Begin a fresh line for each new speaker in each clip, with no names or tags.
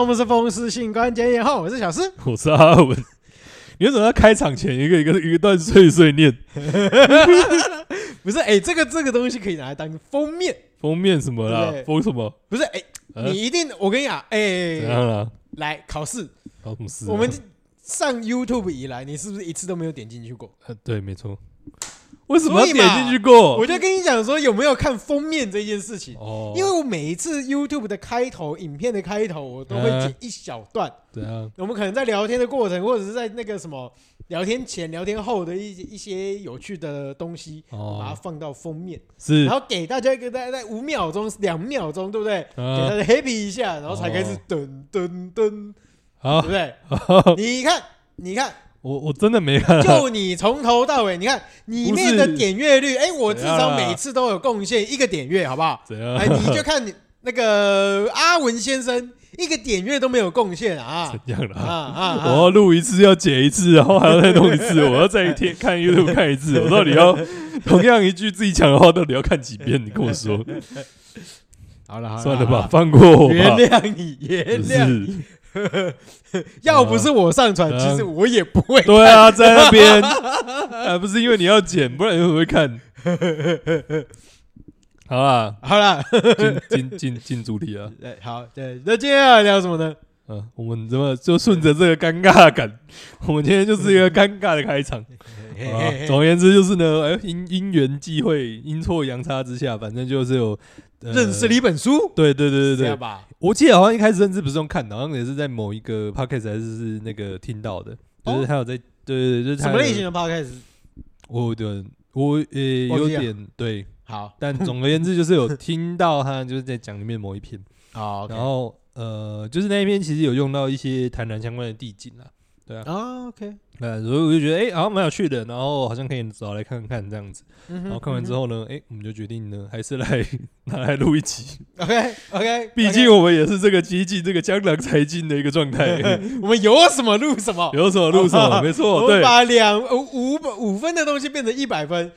我们是风湿性关节炎后，我是小诗。
啊我是阿文。你为什么要开场前一个一个一个段碎碎念？
不是，哎、这个这个东西可以拿来当封面，
封面什么啦
对？
封什么？
不是？哎、
呃
你一定，我跟你讲，哎、
怎样啦？
来考试，
搞什么事啊？
我们上 YouTube 以来，你是不是一次都没有点进去过？
呃对，没错。为什么要
所以
点
嘛
进去过
我？就跟你讲说，有没有看封面这件事情？
哦，
因为我每一次 YouTube 的开头、影片的开头，我都会
嗯
剪一小段。
怎样？
我们可能在聊天的过程，或者是在那个什么聊天前、聊天后的一些一些有趣的东西，
哦
把它放到封面，
是啊
然后给大家一个大概五秒钟、两秒钟，对不对？给大
啊，
家 happy 一下，然后才开始
哦
噔噔噔，对
好
不，对？
哦
你看，你看，
我我真的没看啊。
就你从头到尾，你看里面的点阅率，哎，我至
怎样
少
啊
每次都有贡献一个点阅，好不 好？
怎样
哎，？你就看你那个阿文先生一个点阅都没有贡献啊
怎样
啊
啦？
啊！
我
啊
要录一次，要剪一次，然后还要再弄一次，我要再一天看 YouTube 看 一次。我到底要同样一句自己讲的话，到底要看几遍？你跟我 说，
好了，好
算了吧，，放过我
原
吧。
谅你，
不
原谅你。
是，
要不是我上传，
啊
其实我也不会。
对啊，在那边， 还不是因为你要剪，不然你怎么会看？好啦，
好了，
进进进进主题啊！
哎好， 对，那接下来聊什么呢？
嗯，我们怎么就顺着这个尴尬感，我们今天就是一个尴尬的开场。
嘿
好吧
嘿嘿
总而言之就是呢，哎，因因缘际会，阴错阳差之下，反正就是有、呃
认识了。一本书，
对对对
这
对
样
对，
吧？
我记得好像一开始认识不是用看的，好像也是在某一个 podcast 还是是那个听到的，就是
哦
他有在，对对对，就是他
什么
有
类型？的 podcast？
我的我呃有
忘记了
点对，
好，
但总而言之就是有听到他就是在讲里面某 一篇，
好，
然后呃就是那一篇其实有用到一些台南相关的地景啦，对啊，
啊，OK，
呃所以我就觉得哎、好像蛮有趣的，然后好像可以找来看看这样子。
然
然后看完之后呢，哎、我们就决定呢，还是来拿来录一 集。
嗯，OK，OK，
毕竟我们也是这个激进、这个江郎才尽的一个 状态，
我们有什么录什么，
有什么录什么，没错，
我们
对，
把两五五分的东西变成一百分，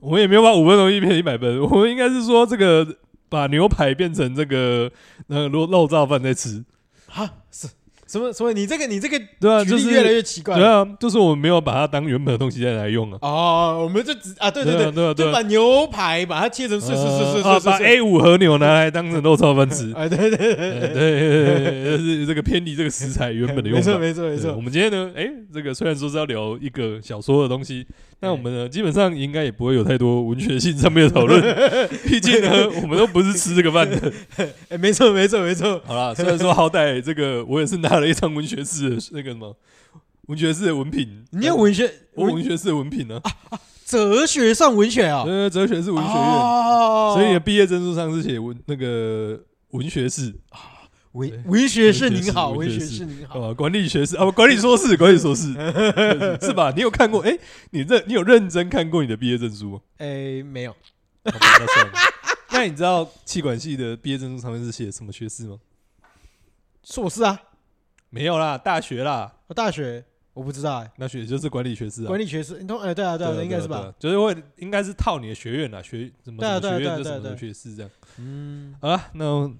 我们也没有把五分钟一变一百分， 我们应该是说这个把牛排变成这个那个肉肉燥饭在吃，
啊，是什么什么？你这个你这个
对啊，
举
就
例越来
是
越奇怪
对
了。
啊，就是我们没有把它当原本的东西再来用啊，
哦，我们就只啊，对对
对啊
对，
对啊
就
对啊
把牛排把它切成碎碎碎碎
呃啊
碎
把
碎碎，，
A 五和牛拿来当成肉燥饭 吃
哎，对对对
呃
对
对，对对对就是这个偏离这个食材原本的用
没错
法。
没错没
对我
错，
们今天呢，哎、这个虽然说是要聊一个小说的东西，但我们呢，基本上应该也不会有太多文学性上面的讨 论，毕竟呢，我们都不是吃这个饭的。
哎，没错没错没错，
好啦，虽然说好歹这个我也是拿了一张文学士的那个什么文学士的文凭，
你有文学
我
文
文学士的文凭呢、啊？
哲学上文学啊，
呃，哲学是文学院，
哦，
所以你的毕业证书上是写文那个文学士，
文文学士
文学士
您好，
文
文
学
学
士
士您好，
啊，管理学士啊，不管理硕士， 管理硕士是吧？你有看过？哎、你认你有认真看过你的毕业证书吗？
哎，没有，
好吧那算了那你知道气管系的毕业证书上面是写什么学士吗？
硕士啊，
没有啦，大学啦，
我大学我不知道哎，
那学就是管理学士啊，
管理学士，你通哎对啊对
对
啊
啊，
应该是？
对啊对
吧，
啊就是会应该是套你的学院啦，学什么
对啊
什
对啊
么学院就
对啊
什
对
么
啊
学士这样。
嗯，
好啦，那好啦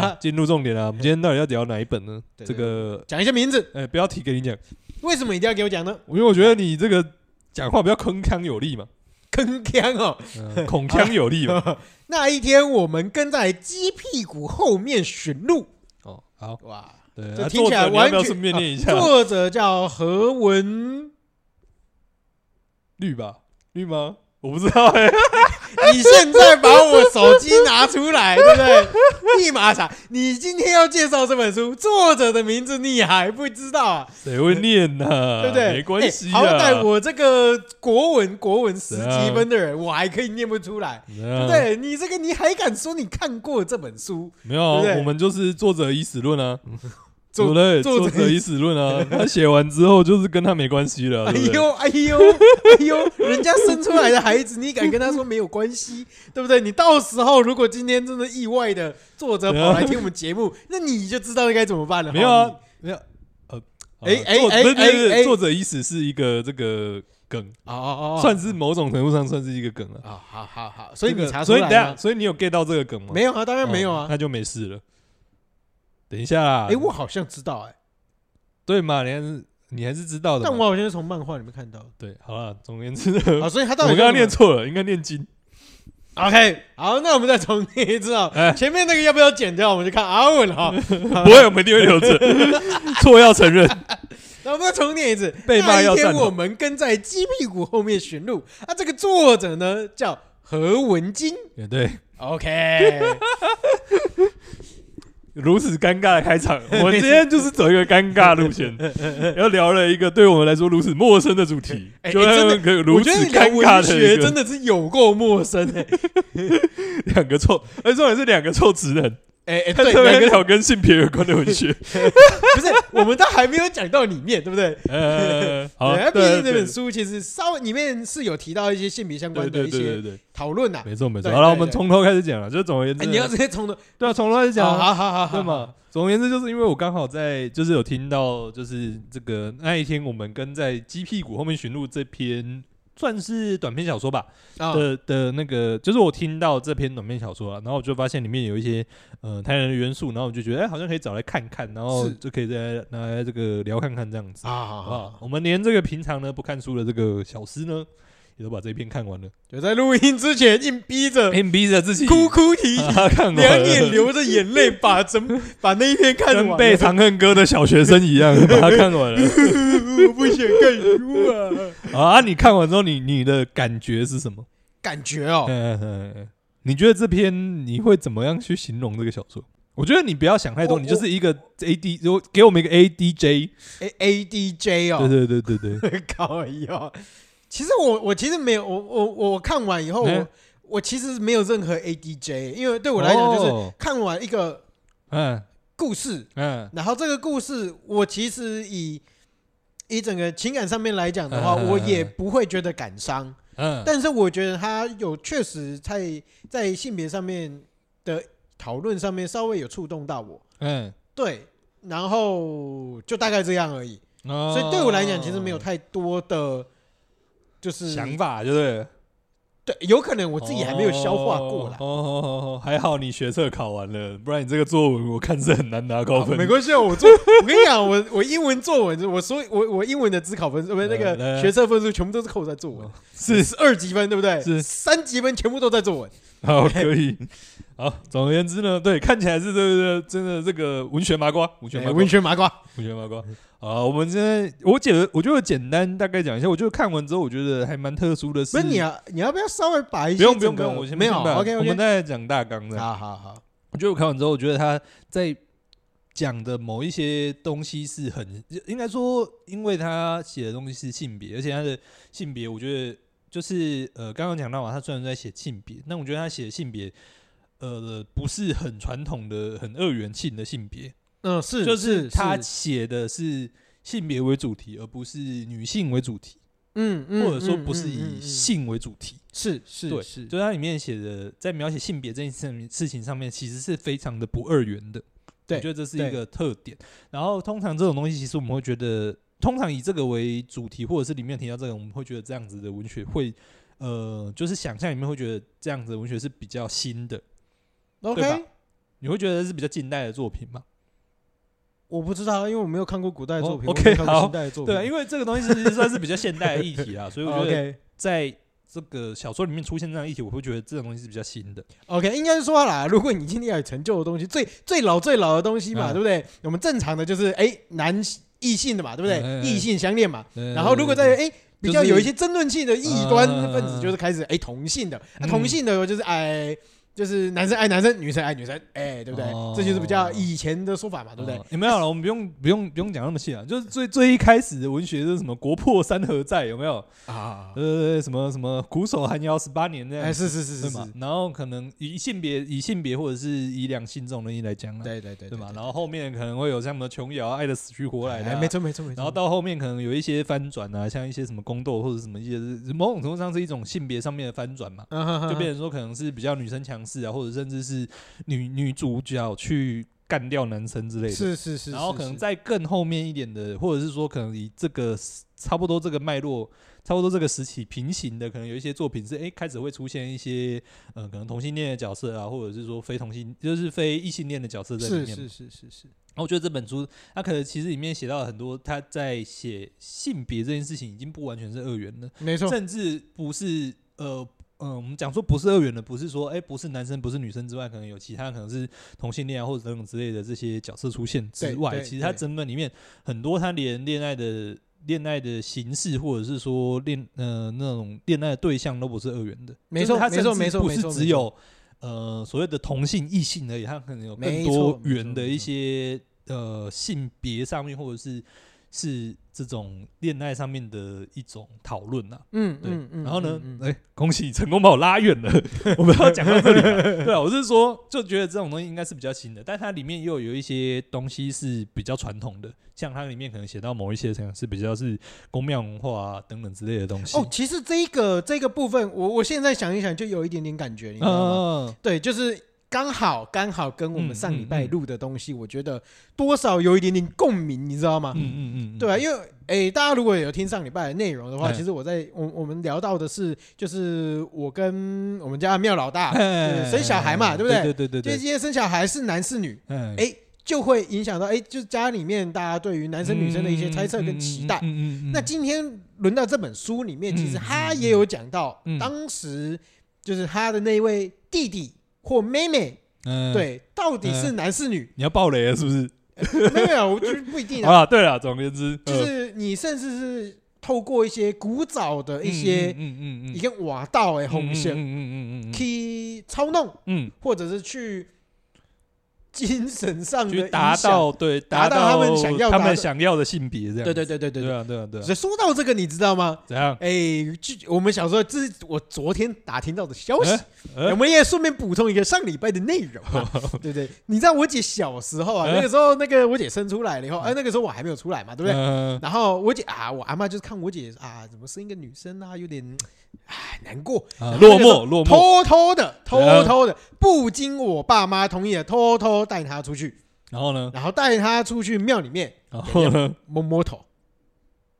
啊
进入重点啦，我们今天到底要聊哪一本呢？
对
这个
讲一下名字，
哎，标题给你讲，
为什么一定要给我讲呢？
因为我觉得你这个讲话比较铿锵有 力嘛，
铿锵哦，
嗯孔锵有力
啊
嘛。
那一天我们跟在鸡屁股后面寻路，
哦，好，
哇，
对，
这
啊
听起来
作者你要
完
不
全
要
啊
顺便念 一下？
作者叫何文，
绿吧，绿吗？我不知道哎。
你现在把我手机拿出来，对不对？立马查，你今天要介绍这本书，作者的名字你还不知道啊，
谁会念呢、
对不对？
没关系、
哎
啊
好歹我这个国文国文十
怎样
几分的人，我还可以念不出来。
对，啊
对你这个，你还敢说你看过这本书？
没有啊、
对不对
我们就是作者已死论啊，对
作
不对？
作
作
者
者已死论啊， 他写完之后就是跟他没关系了、啊，
哎
对不对？
呦，哎呦，哎呦，人家生出来的孩子，你敢跟他说没有关系，对不对？你到时候如果今天真的意外的作者跑来听我们节目，那你就知道该怎么办了。
没有啊，没有，呃，好
哎
吧
哎
作
哎
不是不是不是
哎哎
作者已死是一个这个梗，
哦哦哦，
算是某种程度上算是一个梗了、
啊，好好好，所以
这
你
个
查出
所以
来
等下，
了
所以你有 get 到这个梗吗？
没有啊？当然没有
哦
啊。
那就没事了。等一下啦，
哎，我好像知道哎，
对嘛？你还是你还是知道的嘛。
但我好像是从漫画里面看到的。
对，好了，总而言之呢，
好，所以他
嗯我
到底
刚刚念
叫
错了，应该念经。
什么 OK，好，那我们再重念一次啊
哎。
前面那个要不要剪掉？我们就看阿文 哈。
不会，我们一定会留着。 错要承认，
那我们再重念一次。
被骂
那
要
一天
赞啊同
我们跟在鸡屁股后面寻路。啊，这个作者呢叫何文金。
也对。
OK，
如此尴尬的 开场，我们今天就是走一个尴尬路线，要聊了一个对我们来说如此陌生的主题，
哎哎
就让一个 如
我
此
觉得你聊
尴尬
文
的
学
一
真
个
的是有够陌生哎。
两个臭，而且重点是两个臭直男，
哎哎，
他
对，
特别
两个
聊跟性别有关的文 学。
不是，我们都还没有讲到里面，对不对？
呃，好，
对，它毕
对
竟这
对
本书其实稍微里面是有提到一些性别相关
对
的
对
一些
对对对，
讨论呐。
没错没错。
对
好了，
对
我们
对
从头开始讲了，就是总而言之
哎，
呢，
你要直接从头
对啊，从头开始讲
好
啊，
好好好，
对嘛？总而言之，就是因为我刚好在，就是有听到，就是这个那一天我们跟在鸡屁股后面寻路这篇算是短篇小说吧
啊，
的的那个，就是我听到这篇短篇小说啊，然后我就发现里面有一些呃台南的元素，然后我就觉得哎，好像可以找来看看，然后
是
就可以再拿来这个聊看看这样子，
啊，
好
好
不
好
好？
好，
我们连这个平常呢不看书的这个小诗呢，也都把这一篇看完了，
就在录音之前硬哎逼着
m 逼着自己
哭哭啼啼，
啊看完了，
两眼流着眼泪，把整把那一篇看
跟
完，
背《长恨歌》的小学生一 样，把它看完了。
我不想看书啊。
好啊，你看完之后，你你的感觉是什么？
感觉哦，
嗯嗯嗯嗯你觉得这篇你会怎么样去形容这个小说？我觉得你不要想太多，
我
你就是一个 A D，我给我们一个 A D J，
哎，A D J 哦，
对对对对对，
高而已哦。其实我我其实没有，我我我看完以后，
嗯
我我其实没有任何 ADJ，因为对我来讲就是
是，
看完一个
嗯
故事，
嗯
然后这个故事我其实以以整个情感上面来讲的话，
嗯嗯嗯
我也不会觉得感伤，
嗯，
但是我觉得他有确实在在性别上面的讨论上面稍微有触动到我，
嗯，
对，然后就大概这样而已，
所
所以对我来讲其实没有太多的。就是
哦想法，对不对？
对，有可能我自己还没有消化过
哦
啦。
哦哦哦，哦还好你学测考完了，不然你这个作文我看是很难拿高
好
分
没。关系啊，我做， 我跟你讲，我我英文作文，我所以我我英文的自考分呃数，不是那
来来
个学测分数，全部都是扣在作文
哦，是
是二级分，对不对？
是
三级分全部都在作文。
好，可以。好，总而言之呢，对，看起来是这个真的这个文学麻瓜，文学麻
哎
瓜
文，学麻瓜，
文学麻瓜。啊，我们现在我觉得，我就简单大概讲一下。我就看完之后，我觉得还蛮特殊的是。
不是你啊，你要不要稍微把一些
不用不用不
整个
用，我先
没有
先把
OK
我们
OK，
再讲大纲的。
好好好，
我觉得我看完之后，我觉得他在讲的某一些东西是很，应该说，因为他写的东西是性别，而且他的性别，我觉得就是呃，刚刚讲到嘛，他虽然在写性别，但我觉得他写的性别，呃，不是很传统的、很二元性的性别，
嗯是
就是他
是
写的是性别为主题，而不是女性为主题，
嗯嗯，
或者说
嗯
不是
嗯嗯
以
嗯
性为主题。
是是
对
是，
就是它里面写的，在描写性别这件事情事情上面，其实是非常的不二元的。
对
我觉得这是一个特点。然后通常这种东西，其实我们会觉得，通常以这个为主题，或者是里面提到这个，我们会觉得这样子的文学会，呃，就是想象里面会觉得这样子的文学是比较新的，对吧
OK。
你会觉得是比较近代的作品嘛？
我不知道，因为我没有看过古代作品
哦
我没有
OK，
看过
好
现代的作品。哦
对啊，因为这个东西其实算是比较现代的议题啦，所以我 觉得
OK
在这个小说里面出现这样的议题，我会觉得这种东西是比较新的。
OK，应该是说啦，如果你今天要有成就的东西，最最老最老的东西嘛，
嗯
对不对？我们正常的就是哎、男异性的嘛，对不对？
嗯嗯嗯
异性相恋嘛，
对
然后如果在哎、比较
就是
有一些争论性的异端
嗯嗯嗯嗯
分子，就是开始哎、同性的，啊
嗯
同性的就是哎。就是男生爱男生，女生爱女生，哎、对不对？
哦
这就是比较以前的说法嘛，对不对？
哦也没有了，我们不用不用不用讲那么细了。就是最最一开始的文学就是什么“国破山河在”，有没有？
啊，
对对对，什么什么“苦守寒窑十八年”那
哎，
样子，
是是是是
哦对
是
嘛，？然后可能以性别以性别或者是以两性这种东西来讲啊，
对对对
对嘛？然后后面可能会有像什么琼瑶啊爱的死去活来的
哎
啊，
没错没错没错。
然后到后面可能有一些翻转啊，像一些什么宫斗或者什么一些某种程度上是一种性别上面的翻转嘛，
嗯哼哼
就变成说可能是比较女生强势啊，或者甚至是女女主角去干掉男生之类的。
是是是，
然后
是
可能
是
在更后面一点的，或者是说可能以这个 s- 差不多这个脉络，差不多这个时期平行的，可能有一些作品是哎、诶开始会出现一些呃可能同性恋的角色啊，或者是说非同性就是非异性恋的角色在里
是
面。
是是是是，
然后我觉得这本书，它可能其实里面写到了很多，他在写性别这件事情已经不完全是二元了，
没错，
甚至不是呃嗯，我们讲说不是二元的，不是说哎、不是男生不是女生之外，可能有其他可能是同性恋啊或者等等之类的这些角色出现之
对
外，
对
其实他
对
整本里面很多他连恋爱的恋爱的形式或者是说恋呃那种恋爱的对象都不是二元的，
没
就是
错
他
没
甚
错
至
没错
不
没
是
错
只
没
有呃所谓的同性异性而已，他可能有更
没错
多
没错
元的
没
一
错
些呃性别上面或者是。是这种恋爱上面的一种讨论啊，
嗯
对
嗯嗯，
然后呢
嗯，嗯
哎、恭喜成功把我拉远了。我们要讲到这里了，对啊，我是说，就觉得这种东西应该是比较新的，但它里面又有一些东西是比较传统的，像它里面可能写到某一些可能是比较是宫庙文化啊等等之类的东西。
哦，其实这一个这个部分，我我现在想一想就有一点点感觉，你知道吗？
嗯，
对，就是刚好刚好跟我
嗯
们上礼拜
嗯嗯
录的东西，我觉得多少有一点点共鸣，你知道吗？
嗯嗯嗯嗯，
对啊，因为诶、大家如果有听上礼拜的内容的话，
哎
其实我在我我们聊到的是，就是我跟我们家的妙老大、
哎
对生小孩嘛，对不
对？
对？就
对对对
是
对，
今天生小孩是男是女，
哎
哎、就会影响到哎、就是家里面大家对于男生女生的一些猜测跟期待。
嗯嗯嗯嗯嗯嗯
那今天轮到这本书里面，其实
嗯
他也有讲到
嗯嗯，
当时就是他的那位弟弟或妹妹，
嗯，
对，到底是男是女？
你要爆雷了是不是？嗯
没有没有，我觉得不一定啊。
啊，对了，总而言之，
就
呃
是你甚至是透过一些古早的一些
嗯嗯嗯嗯
一个瓦道的红
嗯
线
嗯嗯嗯嗯嗯嗯
去操弄，
嗯，
或者是去精神上的
去
影
达
响
到对
达
到
到他们想要
他
达
们
到
想要的性别这样。
对对对对对
对
对。
啊对啊对啊
所，以说到这个，你知道吗？
怎样？
哎、就我们小时候，这是我昨天打听到的消息。
呃
我们也顺便补充一个上礼拜的内容、啊，对不对？你知道我姐小时候啊，那个时候那个我姐生出来了以后，哎、那个时候我还没有出来嘛，对不对？
嗯
然后我姐啊，我阿妈就是看我姐啊，怎么生一个女生啊，有点唉难过，
啊落
然后
寞落寞，
偷偷的偷
对啊
偷的不经我爸妈同意的偷偷带她出去，
然后 呢？
然后带她出去庙里面
然后呢？
摸摸头，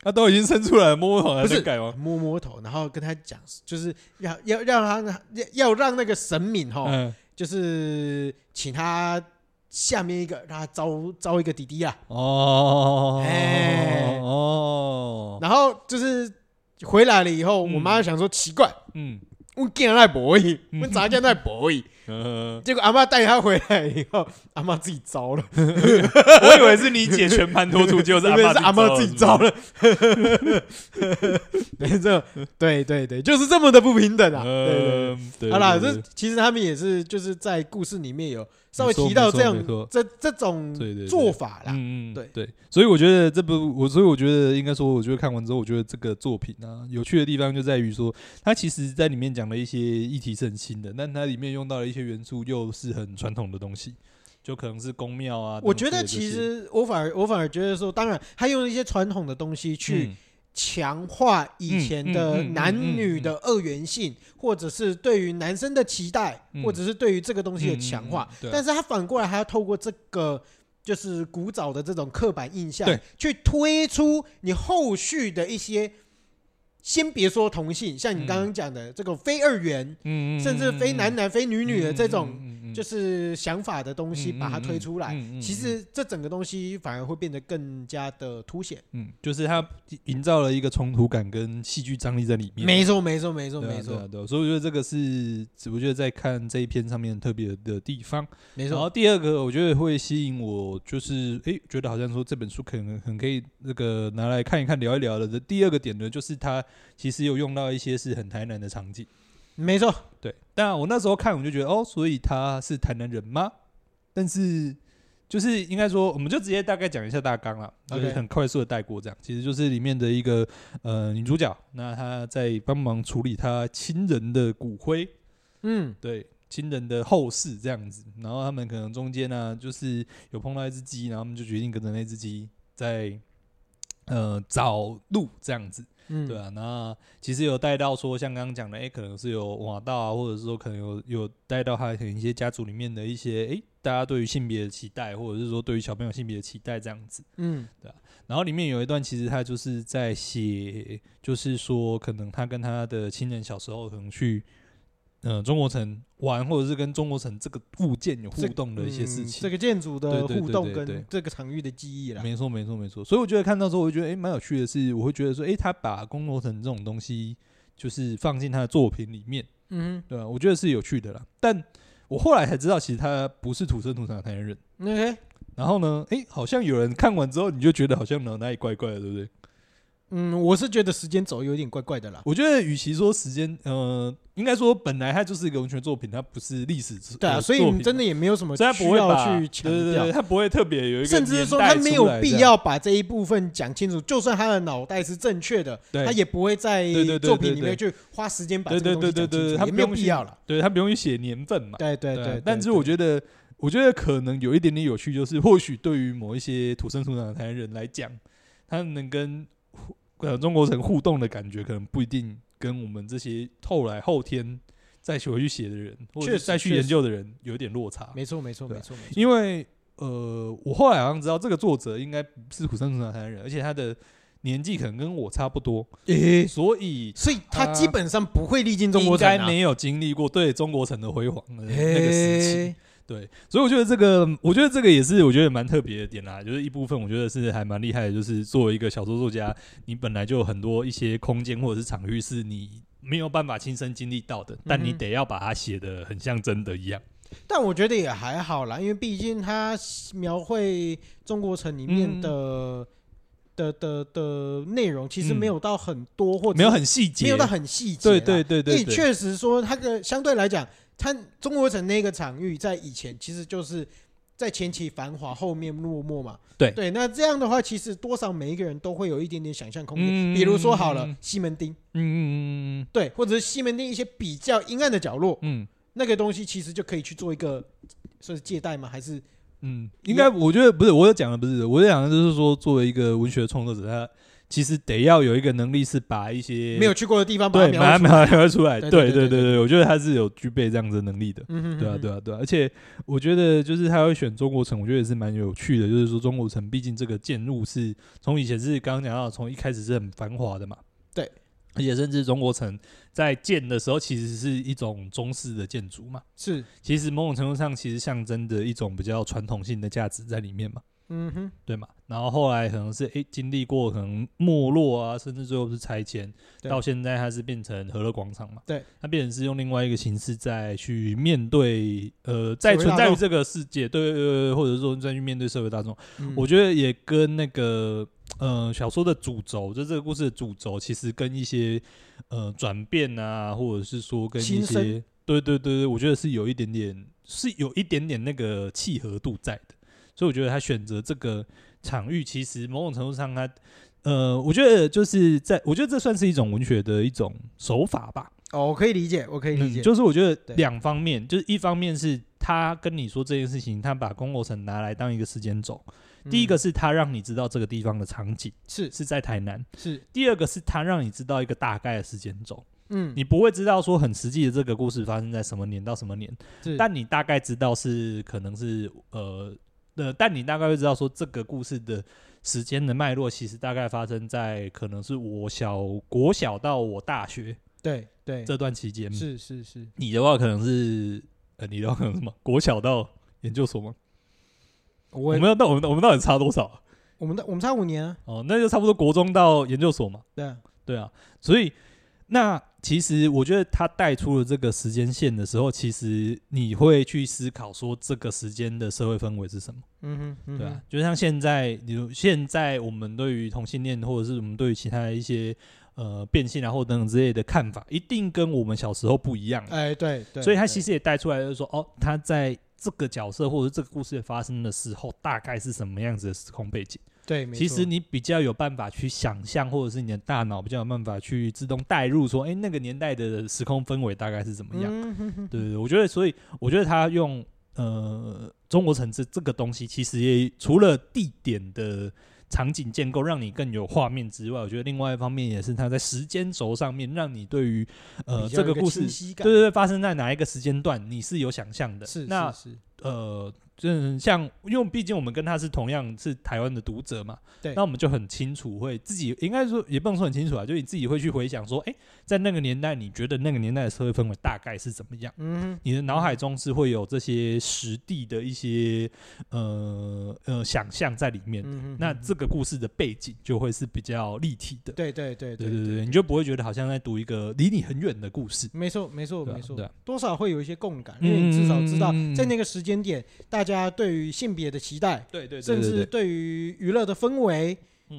他都已经生出来了，摸摸头还
不是
能改吗？
摸摸头，然后跟她讲，就是要要让她要要让那个神明哈，
嗯，
就是请她下面一个让她招招一个弟弟啊，
哦，
哎
哦，
然后就是回来了以后，
嗯
我妈想说奇怪。
嗯，
我见那博弈，
嗯
我咋见那博弈？
呃，
结果阿妈带他回来以后，阿妈自己招了，
我以为是你姐全盘托出，结果是
因为是阿
阿
妈
嬷
自己招
了
了。 对，这对对对，就是这么的不平等
是不
啊！
是。
对对对
嗯，对
好啦，
对
这
对
其实他们也是就是在故事里面有稍微
没错
提到
没错
这样
没错
这这种
对对对
做法啦。
嗯嗯，
对
对，所以我觉得这部我，所以我觉得应该说，我觉得看完之后，我觉得这个作品啊，有趣的地方就在于说，它其实在里面讲了一些议题是很新的，但它里面用到了一些元素又是很传统的东西，就可能是宫庙啊。
我觉得
等等之类
其
的
实我反而我反而觉得说，当然他用一些传统的东西
这
去
些、嗯
强化以前的
嗯嗯嗯嗯
男女的二元性，或者是对于男生的期待
嗯，
或者是对于这个东西的强化
嗯嗯嗯对啊。
但是他反过来还要透过这个。就是古早的这种刻板印象
对，
去推出你后续的一些，先别说同性，像你刚刚讲的这个非二元，
嗯
甚至非男男、非女女的这种，就是是想法的东西，把它推出来，
嗯嗯嗯嗯
其实这整个东西反而会变得更加的凸显。
嗯，就是它营造了一个冲突感跟戏剧张力在里面。
没错，没错，没错，
对啊
没
对啊
错，
对啊所以我觉得这个是，我觉得在看这一篇上面特别的地方。
没
然
错。
后第二个，我觉得会吸引我，就是诶，觉得好像说这本书可能很可以那个拿来看一看、聊一聊的。第二个点呢，就是它其实有用到一些是很台南的场景，
没错，
对。但我那时候看，我就觉得哦，所以他是台南人吗？但是就是应该说，我们就直接大概讲一下大纲啦，就是
OK
很快速的带过这样。其实就是里面的一个呃女主角，那她在帮忙处理她亲人的骨灰，
嗯，
对亲人的后事这样子。然后他们可能中间呢、就是有碰到一只鸡，然后他们就决定跟着那只鸡在呃找路这样子。
嗯，
对啊，那其实有带到说，像刚刚讲的，哎、可能是有瓦道啊，或者是说可能有有带到他可能一些家族里面的一些，哎、大家对于性别的期待，或者是说对于小朋友性别的期待这样子。
嗯
然后里面有一段，其实他就是在写，就是说可能他跟他的亲人小时候可能去，呃，中国城玩，或者是跟中国城这个物件有互
这嗯
动的一些事情。
这个建筑的
对对对
互动
对对
跟这个场域的记忆啦。
没错，没错，没错。所以我觉得看到之后，我就觉得哎，蛮、有趣的是，我会觉得说，哎、他把工罗城这种东西，就是放进他的作品里面，
嗯
对啊吧、我觉得是有趣的啦。但我后来才知道，其实他不是土生土长的台湾人。
哼，OK，
然后呢，哎、好像有人看完之后，你就觉得好像哪哪里怪怪的，对不对？
嗯，我是觉得时间轴有点怪怪的啦。
我觉得，与其说时间，呃，应该说本来它就是一个文学作品，它不是历史作。
对啊，
呃
所以
作
你
品
真的，也没有什么需
所以它不会把
要去强
对对
调
对，，它不会特别有一个，
甚至是说他没有必，要把这一部分讲清楚。就算他的脑袋是正确的，
对
他也不会在
对对对
作品
对
里
对
面去花时间把
对
这个
对
东西
对
讲
对对，
清
它
楚，也没有
不用
必
去
要了。，
对，它不用去写年份嘛。
对对
啊
对，
但是我觉得，我觉得可能有一点点有趣，就是或许对于某一些土生土长的台湾人来讲，他们能跟互呃中国人互动的感觉，可能不一定跟我们这些后来后天再去回去写的人，或者
确
是
实
再去
确
研
实
究的人有点落差
得。没错没错
对啊
没错没错，
因为呃，我后来好像知道这个作者应该不是土生土长的台湾人，而且他的年纪可能跟我差不多，
诶，
所以
所以他
他
基本上不会历经中
应
国
该
产啊，
没有经历过对中国城的辉煌的那个时期。嗯
诶，
对，所以我觉得这个，我觉得这个也是我觉得蛮特别的点啦，就是一部分我觉得是还蛮厉害的，就是作为一个小说作家，你本来就有很多一些空间或者是场域是你没有办法亲身经历到的，但你
嗯哼
得要把它写的很像真的一样。
但我觉得也还好啦，因为毕竟他描绘中国城里面
嗯
的的的的内容，其实
嗯
没有到很多，或者
没有很细节，
没有到很细节啦，
对对对对
因为
对，嗯
确实说，它的相对来讲，它中国城那个场域在以前其实就是在前期繁华，后面落寞嘛。
对
对，那这样的话，其实多少每一个人都会有一点点想象空间。
嗯
比如说好了
嗯，
西门町，
嗯嗯
对，或者是西门町一些比较阴暗的角落，
嗯
那个东西其实就可以去做一个算是借贷吗？还是
嗯，应该我觉得不是，我讲的不是，我讲的就是说，作为一个文学创作者，他其实得要有一个能力是把一些
没有去过的地方把它
对
描
把它
出来？
描绘出来，
对
对
对
对
对
对
对
对，我觉得他是有具备这样子的能力的。
嗯哼
对啊，对
啊，
啊，对啊，而且我觉得就是他会选中国城，我觉得也是蛮有趣的。就是说中国城，毕竟这个建物是从以前是刚刚讲到，从一开始是很繁华的嘛。
对，
而且甚至中国城在建的时候，其实是一种中式的建筑嘛。
是，
其实某种程度上，其实象征着一种比较传统性的价值在里面嘛，
嗯哼，
对嘛？然后后来可能是诶、经历过可能没落啊，甚至最后是拆迁，
对
到现在它是变成和乐广场嘛，
对，
它变成是用另外一个形式在去面对呃，在
社会
存
大
在于
众
这个世界，对对对，对或者说再去面对社会大众，
嗯
我觉得也跟那个呃小说的主轴，就这个故事的主轴，其实跟一些呃转变啊，或者是说跟一
新生
些对对对对，我觉得是有一点点是有一点点那个契合度在的，所以我觉得他选择这个场域，其实某种程度上他。呃，我觉得就是在，我觉得这算是一种文学的一种手法吧。
哦，我可以理解，我可以理解，
嗯，就是我觉
对
得两方面，就是一方面是他跟你说这件事情，他把公路城拿来当一个时间轴，第一个
嗯
是他让你知道这个地方的场景
是
是在台南，
是，
第二个是他让你知道一个大概的时间轴，
嗯，
你不会知道说很实际的这个故事发生在什么年到什么年，
是
但你大概知道是可能是呃呃，但你大概会知道说这个故事的时间的脉络其实大概发生在可能是我小国小到我大学
对对，
这段期间。
嗯是是是，
你的话可能是呃，你的话可能是什么 国小到研究所吗？我
我
们要到我们我们到底差多少啊？
我们的我们差五年啊，
哦，那就差不多国中到研究所嘛。
对啊，
对啊，所以那其实我觉得他带出了这个时间线的时候，其实你会去思考说这个时间的社会氛围是什么，
嗯哼，嗯哼
对啊，，就像现在，你如现在我们对于同性恋或者是我们对于其他的一些呃变性啊或等等之类的看法，一定跟我们小时候不一样啊。
哎对对，
所以他
对
其实也带出来，就是说，哦，他在这个角色或者这个故事发生的时候，大概是什么样子的时空背景。
对，没
其
错
实你比较有办法去想象，或者是你的大脑比较有办法去自动带入，说，哎、那个年代的时空氛围大概是怎么样？
嗯哼哼
对对对，我觉得，所以我觉得他用呃中国城这这个东西，其实也除了地点的场景建构让你更有画面之外，我觉得另外一方面也是它在时间轴上面，让你对于呃
比较
这
有一
故事
清，晰
对
感
对对，发生在哪一个时间段，你是有想象的。
是
那
是是
呃，嗯，像因为毕竟我们跟他是同样是台湾的读者嘛，
对
那我们就很清楚会自己应该说也不能说很清楚啊，就你自己会去回想说，哎、在那个年代，你觉得那个年代的社会氛围大概是怎么样？
嗯
你的脑海中是会有这些实地的一些呃呃想象在里面，
嗯哼，
那
嗯哼
这个故事的背景就会是比较立体的。
对对对
对对对，你就不会觉得好像在读一个离你很远的故事。
没错，没错，
对啊
没错
对啊，嗯
多少会有一些共感，因为你至少知道在那个时间点，大家对于性别的期待，
对对
甚至对于娱乐的氛围，
嗯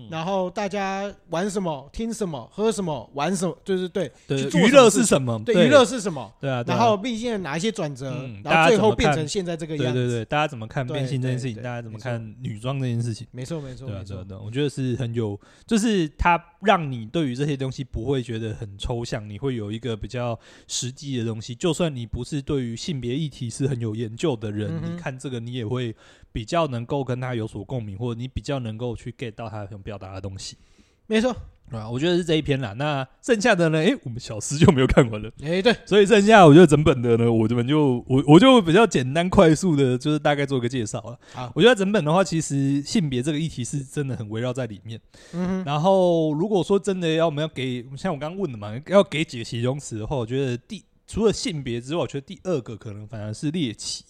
然后大家玩什么、听什么、喝什么、玩什么，就是对
对
去做
娱
什么
乐
事
是什么？
对娱乐是什么，
对啊，对啊
然后毕竟哪一些转折
嗯，
然后最后变
大家怎么看
成现在这个
对
样
对
子，
对，大家怎么看变
对
性这件
对
事情？
对
大家怎么
没错
看女装这件事情？
没错没错
对啊，
没
对啊，
错，
对啊，我觉得是很有，就是它让你对于这些东西不会觉得很抽象，你会有一个比较实际的东西。就算你不是对于性别议题是很有研究的人
嗯，哼
你看这个你也会比较能够跟他有所共鸣，或者你比较能够去 get 到他想表达的东西。
没错，
对啊，我觉得是这一篇啦。那剩下的呢？诶，我们小诗就没有看完了。
哎对，
所以剩下我觉得整本的呢，我们就我我就比较简单快速的，就是大概做个介绍了。
好
我觉得整本的话，其实性别这个议题是真的很围绕在里面。
嗯哼，
然后如果说真的要我们要给，像我刚刚问的嘛，要给几个形容词的话，我觉得第除了性别之外，我觉得第二个可能反而是猎奇。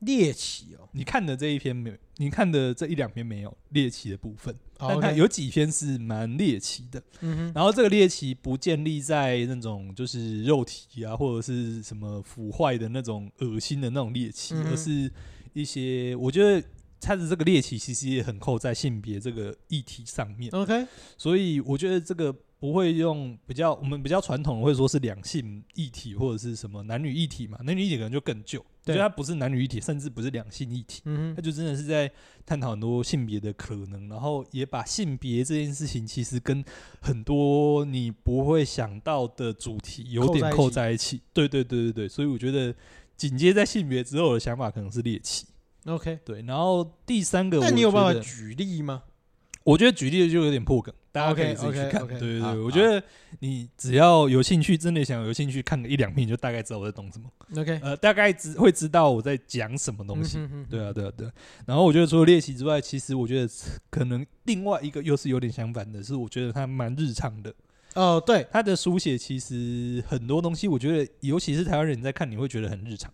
猎奇哦
你看的这一篇没有？你看的这一两篇没有猎奇的部分，
好
但它
，OK，
有几篇是蛮猎奇的。
嗯哼，
然后这个猎奇不建立在那种就是肉体啊，或者是什么腐坏的那种恶心的那种猎奇，
嗯哼
而是一些我觉得他的这个猎奇其实也很扣在性别这个议题上面，
OK，
所以我觉得这个不会用比较我们比较传统的会说是两性议题或者是什么男女议题嘛，男女议题可能就更旧，我觉
对
得它不是男女议题，甚至不是两性议题。
嗯
他
哼，
就真的是在探讨很多性别的可能，然后也把性别这件事情，其实跟很多你不会想到的主题有点扣
扣
在
在
一起。对对对对对，所以我觉得紧接在性别之后的想法可能是猎奇。
OK，
对，然后第三个我觉
那
得，
你有办法举例吗？
我觉得举例就有点破梗，大家可以
OK，
自己去看。
OK，OK，
对对
好
对，
好
我觉得你只要有兴趣，真的想有兴趣看个一两篇，你就大概知道我在懂什么，
OK，
呃，大概知会知道我在讲什么东西。
嗯哼，
对啊，对啊，对啊。然后我觉得除了练习之外，其实我觉得可能另外一个又是有点相反的，是我觉得他蛮日常的。
哦对，
他的书写其实很多东西，我觉得尤其是台湾人在看，你会觉得很日常。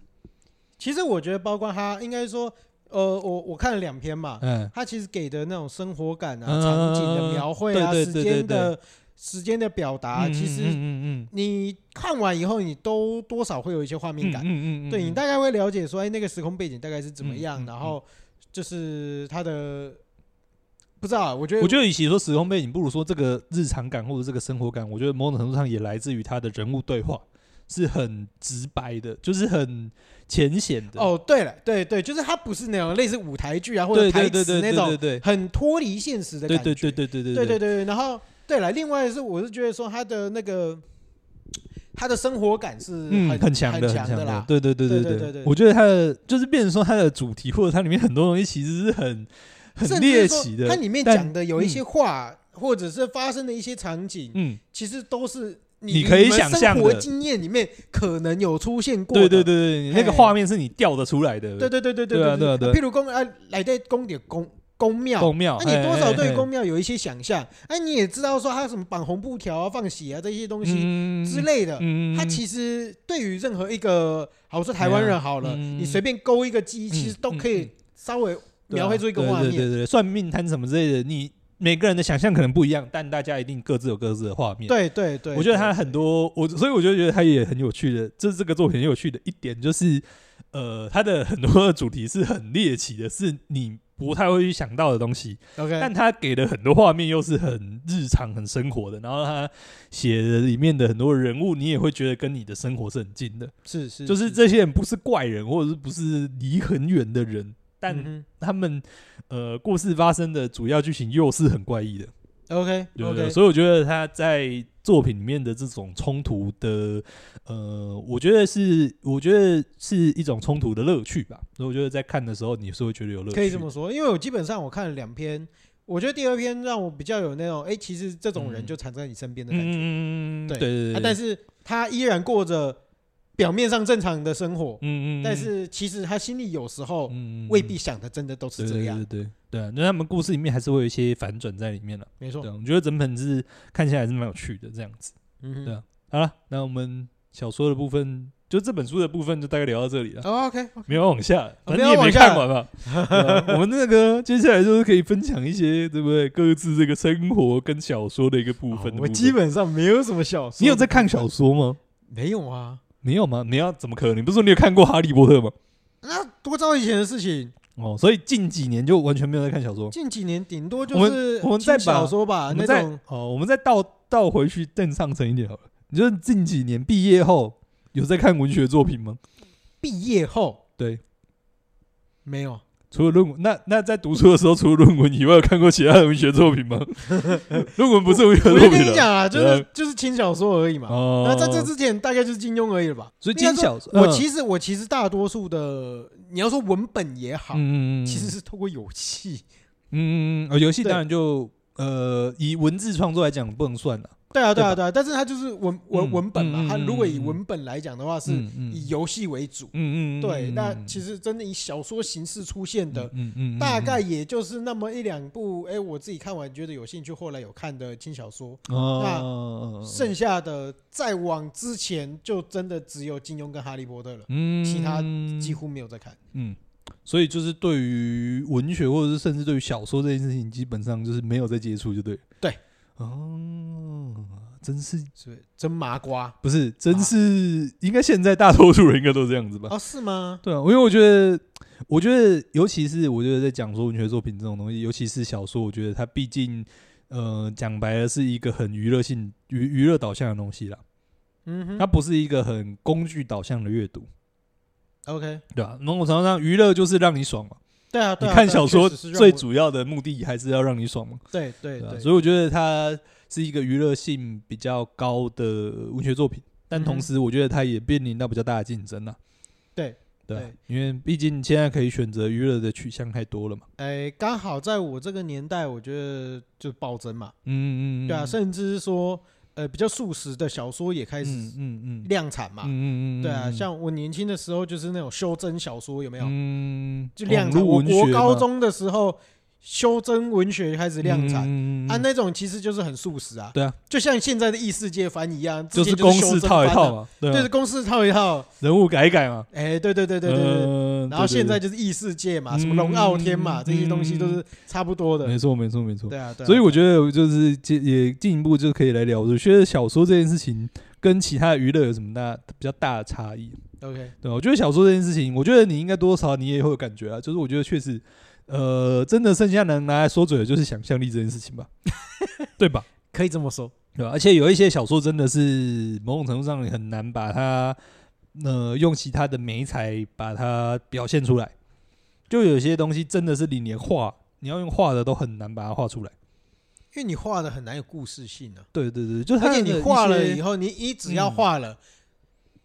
其实我觉得，包括他应该说，呃，我我看了两篇嘛，
嗯，
他其实给的那种生活感啊、
嗯
场景的描绘啊、
对对
时
对
间
对
的时间的表达，
嗯
其
嗯
实
嗯嗯
你看完以后，你都多少会有一些画面
嗯嗯
感，
嗯嗯，
对你大概会了解说，哎，那个时空背景大概是怎么
嗯嗯
样，
嗯
然后就是他的不知道啊，我觉得
我觉得，与其说时空背景，不如说这个日常感或者这个生活感，我觉得某种程度上也来自于他的人物对话，是很直白的，就是很浅显的。，
哦，对了，对对，就是他不是那种类似舞台剧啊或者
对对
台
对
词那
对对
种
对对
很脱离现实的
对
感觉，
对对对对对
对对对，
对
然后对了，另外是我是觉得说他的那个他的生活感是
嗯，
很
强的，很
强
的
啦。
对对对
对
对
对对对
我觉得它的就是变成说它的主题或者它里面很多东西其实是很很
甚至
猎
是说
奇的，
它里面
但
讲的有一些话，或者是发生的一些场景，
嗯，
其实都是
你
你
可以
们
想象
生活
的
经验里面可能有出现过
对
的。
对对对，那个
嘿
画面是你调得出来的，
对对对对
对啊
对
对啊对啊
譬如公啊，来在宫点宫宫庙。
宫庙，
那、你多少对
公
宫庙有一些想象，哎、你也知道说他什么绑红布条啊、放血啊这些东西之类的，
嗯
他其实对于任何一个，好，我说台湾人好了，
嗯
你随便勾一个鸡，
嗯
其实都可
嗯嗯
以稍微描绘出一个
对啊
画
对对
面。
对对，算命摊什么之类的，你每个人的想象可能不一样，但大家一定各自有各自的画面。
对对对，
嗯我觉得他
对
很多，我所以我就觉得他也很有趣的，就是这个作品很有趣的一点就是，呃，他的很多的主题是很猎奇的，是你不太会去想到的东西，
OK，
但他给的很多画面又是很日常、很生活的，然后他写的里面的很多人物，你也会觉得跟你的生活是很近的，
是是
就是这些人不是怪人，或者是不是离很远的人，但
嗯哼
他们呃故事发生的主要剧情又是很怪异的，
OK
对不对
OK，
所以我觉得他在作品里面的这种冲突的，呃，我觉得是，我觉得是一种冲突的乐趣吧。所以我觉得在看的时候，你是会觉得有乐趣。
可以这么说，因为我基本上我看了两篇，我觉得第二篇让我比较有那种，哎、其实这种人
嗯
就缠在你身边的感觉、
嗯，嗯嗯嗯嗯，
对
对对
啊
对，，
但是他依然过着表面上正常的生活，
嗯，嗯嗯，
但是其实他心里有时候
嗯，嗯
未必想的真的都
对
是
对
这
对
样，
对对对啊，那他们故事里面还是会有一些反转在里面了。
没
对
错，
啊，我觉得整本是看起来还是蛮有趣的这样子。
嗯
对
哼
啊好了，那我们小说的部分，就这本书的部分，就大概聊到这里了。
哦，OK，哦
没有往下，
哦
反
没
正
有
你也
往
没
下
看完 嘛。对啊我们那个接下来就是可以分享一些，对不对？各自这个生活跟小说的一个部分的部
啊我
分
基本上没有什么小说，
你有在看小说吗？
没有啊？
没有吗？你要怎么可能？你不是说你有看过《哈利波特》吗？
那多早以前的事情，
哦，所以近几年就完全没有在看小说。
近几年顶多就
我们
是
我们
轻
再把
小说吧，
我
那
们再
种
哦，我们再倒倒回去更上层一点好了。你就是近几年毕业后有在看文学作品吗？
毕业后
对，
没有，
除了论文，那那在读书的时候，除了论文以外，有看过其他的文学作品 吗？论文不是文学
我
作
就
品
跟
了
你讲啊，就
对
是就是轻小说而已嘛。
嗯哦，
那在这之前大概就是金庸而已了吧。
所以
应该
金
说
小说，
我
嗯
其实我其实大多数的，你要说文本也好，
嗯嗯嗯，
其实是透过游戏。
嗯嗯嗯呃，游戏
对
当然就呃以文字创作来讲不能算了，
对啊，对啊，
对
对啊，
吧
但是它就是文
嗯
文文本嘛
嗯嗯。
它如果以
嗯嗯
文本来讲的话，是
嗯嗯
以游戏为主。
嗯嗯嗯
对，
嗯
那
嗯
其实真的以小说形式出现的，
嗯嗯嗯
大概
嗯
也就是那么一两部。哎，我自己看完觉得有兴趣，后来有看的轻小说。
嗯哦
剩下的再往之前，就真的只有金庸跟哈利波特了，
嗯
其他几乎没有在看。
嗯。所以就是对于文学，或者是甚至对于小说这件事情，基本上就是没有在接触，就对。
对，
哦，真是
是不是真麻瓜
不是，真
啊
是、应该现在大多数人应该都这样子吧？
哦？是吗？
对啊，因为我觉得，我觉得，尤其是我觉得在讲说文学作品这种东西，尤其是小说，我觉得它毕竟，呃，讲白了是一个很娱乐性、娱娱乐导向的东西啦，
嗯
它
哼
不是一个很工具导向的阅读，
，OK，
对吧、某种程度上，娱乐就是让你爽嘛。
对啊，
你
对啊
看小说最，主要的目的还是要让你爽嘛，
对啊确实是让我对
对啊
对，
所
对，
以我觉得它是一个娱乐性比较高的文学作品，但
嗯
同
哼
时我觉得它也面临到比较大的竞争啦。
对
对啊
对，
因为毕竟现在可以选择娱乐的取向太多了嘛。
哎，刚好在我这个年代，我觉得就暴增嘛，
嗯嗯嗯，
对啊，甚至说呃比较速食的小说也开
嗯
始
嗯嗯
量产
嗯
嘛，
嗯嗯，
对啊，像我年轻的时候就是那种修真小说，有没有？
嗯，
就量产，我
网络文学
国
嘛
高中的时候修真文学开始量产。
嗯嗯嗯嗯
啊，那种其实就是很速食啊，
对啊，
就像现在的异世界番一样，之
就
前
是公
修
式
真
套一
番
套
啊，
嘛，对
对，
啊
是，公式套一套，
人物改一改嘛，
哎，对对对对对对，
嗯
然后
对对
现在
对
就是异世界嘛，什么
嗯
龙傲天嘛，这些东西都
嗯
是差不多的
没，错没错没错，
对啊，对啊
所以我觉得就是进也进一步就可以来聊，我觉得小说这件事情跟其他的娱乐有什么大比较大的差异？
OK，
对啊吧，我觉得小说这件事情，我觉得你应该多多少少你也会有感觉啊。就是我觉得确实，呃，真的剩下能拿来说嘴的就是想象力这件事情吧， 对吧？
可以这么说，
对吧？而且有一些小说真的是某种程度上你很难把它，呃，用其他的媒材把它表现出来。就有些东西真的是你连画，你要用画的都很难把它画出来。
因为你画的很难有故事性啊，
对对对，就是它
而且
的
你
一
画了
些
以后，你你只要
嗯
画了，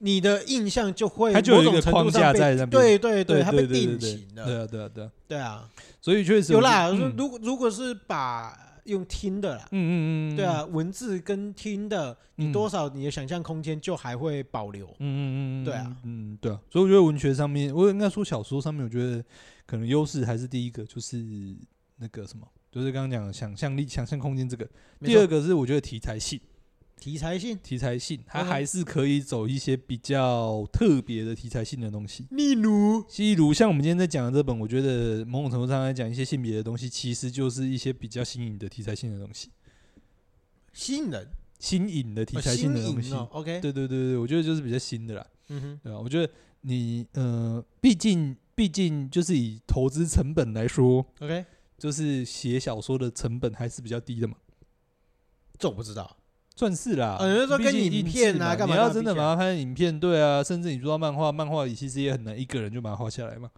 你的印象就会
它就有
某
一
种
个
程
框
度
架
上被
在那边
对对
对
它
对
被
对对
定
对
型
对
了，
啊对啊对啊，
对啊，
所以确实
有
我觉
啦，
得嗯
如如果是把用听的啦，
嗯嗯嗯，嗯
对，啊，文字跟听的，你
嗯
多少你的想象空间就还会保留。
嗯嗯嗯，
对啊，
嗯对啊，所以我觉得文学上面，我应该说小说上面，我觉得可能优势还是第一个就是那个什么，就是刚刚讲的想象力、想象空间这个，
没
第
错，
二个是我觉得题材性，
题材性，
题材性它
OK
还是可以走一些比较特别的题材性的东西。
例如，
例如像我们今天在讲的这本，我觉得某种程度上来讲，一些性别的东西其实就是一些比较新颖的题材性的东西，
吸引人，呃
新颖的题
哦
材
新
性的东
颖
西。
哦，OK，
对对对对，我觉得就是比较新的啦。
嗯哼，
对啊，我觉得你呃，毕竟毕竟就是以投资成本来说，
，OK，
就是写小说的成本还是比较低的嘛，
这我不知道，
算是啦。
呃就是说
毕
跟
竟
影
印
片
制
啊
嘛
干嘛干
你要
嘛
真的
比起来
把它拍成影片，对啊，甚至你说到漫画，漫画里其实也很难一个人就把它画下来嘛。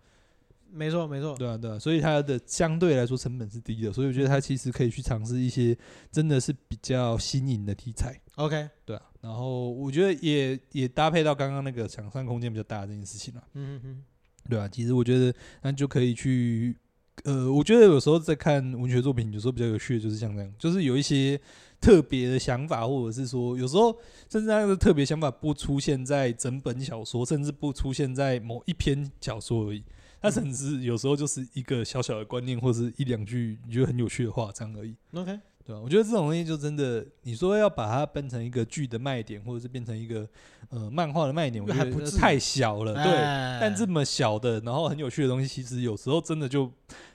没错没错，
对啊，对啊，所以它的相对来说成本是低的，所以我觉得它其实可以去尝试一些真的是比较新颖的题材，
OK，
对啊。然后我觉得也也搭配到刚刚那个想象空间比较大的这件事情啊，
嗯嗯嗯，
对啊。其实我觉得那就可以去，呃，我觉得有时候在看文学作品，有时候比较有趣的就是像这样，就是有一些特别的想法，或者是说有时候甚至那个特别想法不出现在整本小说，甚至不出现在某一篇小说而已。它
嗯
甚至有时候就是一个小小的观念，或是一两句你觉得很有趣的话，这样而已，
嗯 OK，
对吧、啊我觉得这种东西就真的，你说要把它变成一个剧的卖点，或者是变成一个呃漫画的卖点，我觉
还不
得
至于
太小了，呃对。
哎
但这么小的，然后很有趣的东西，其实有时候真的就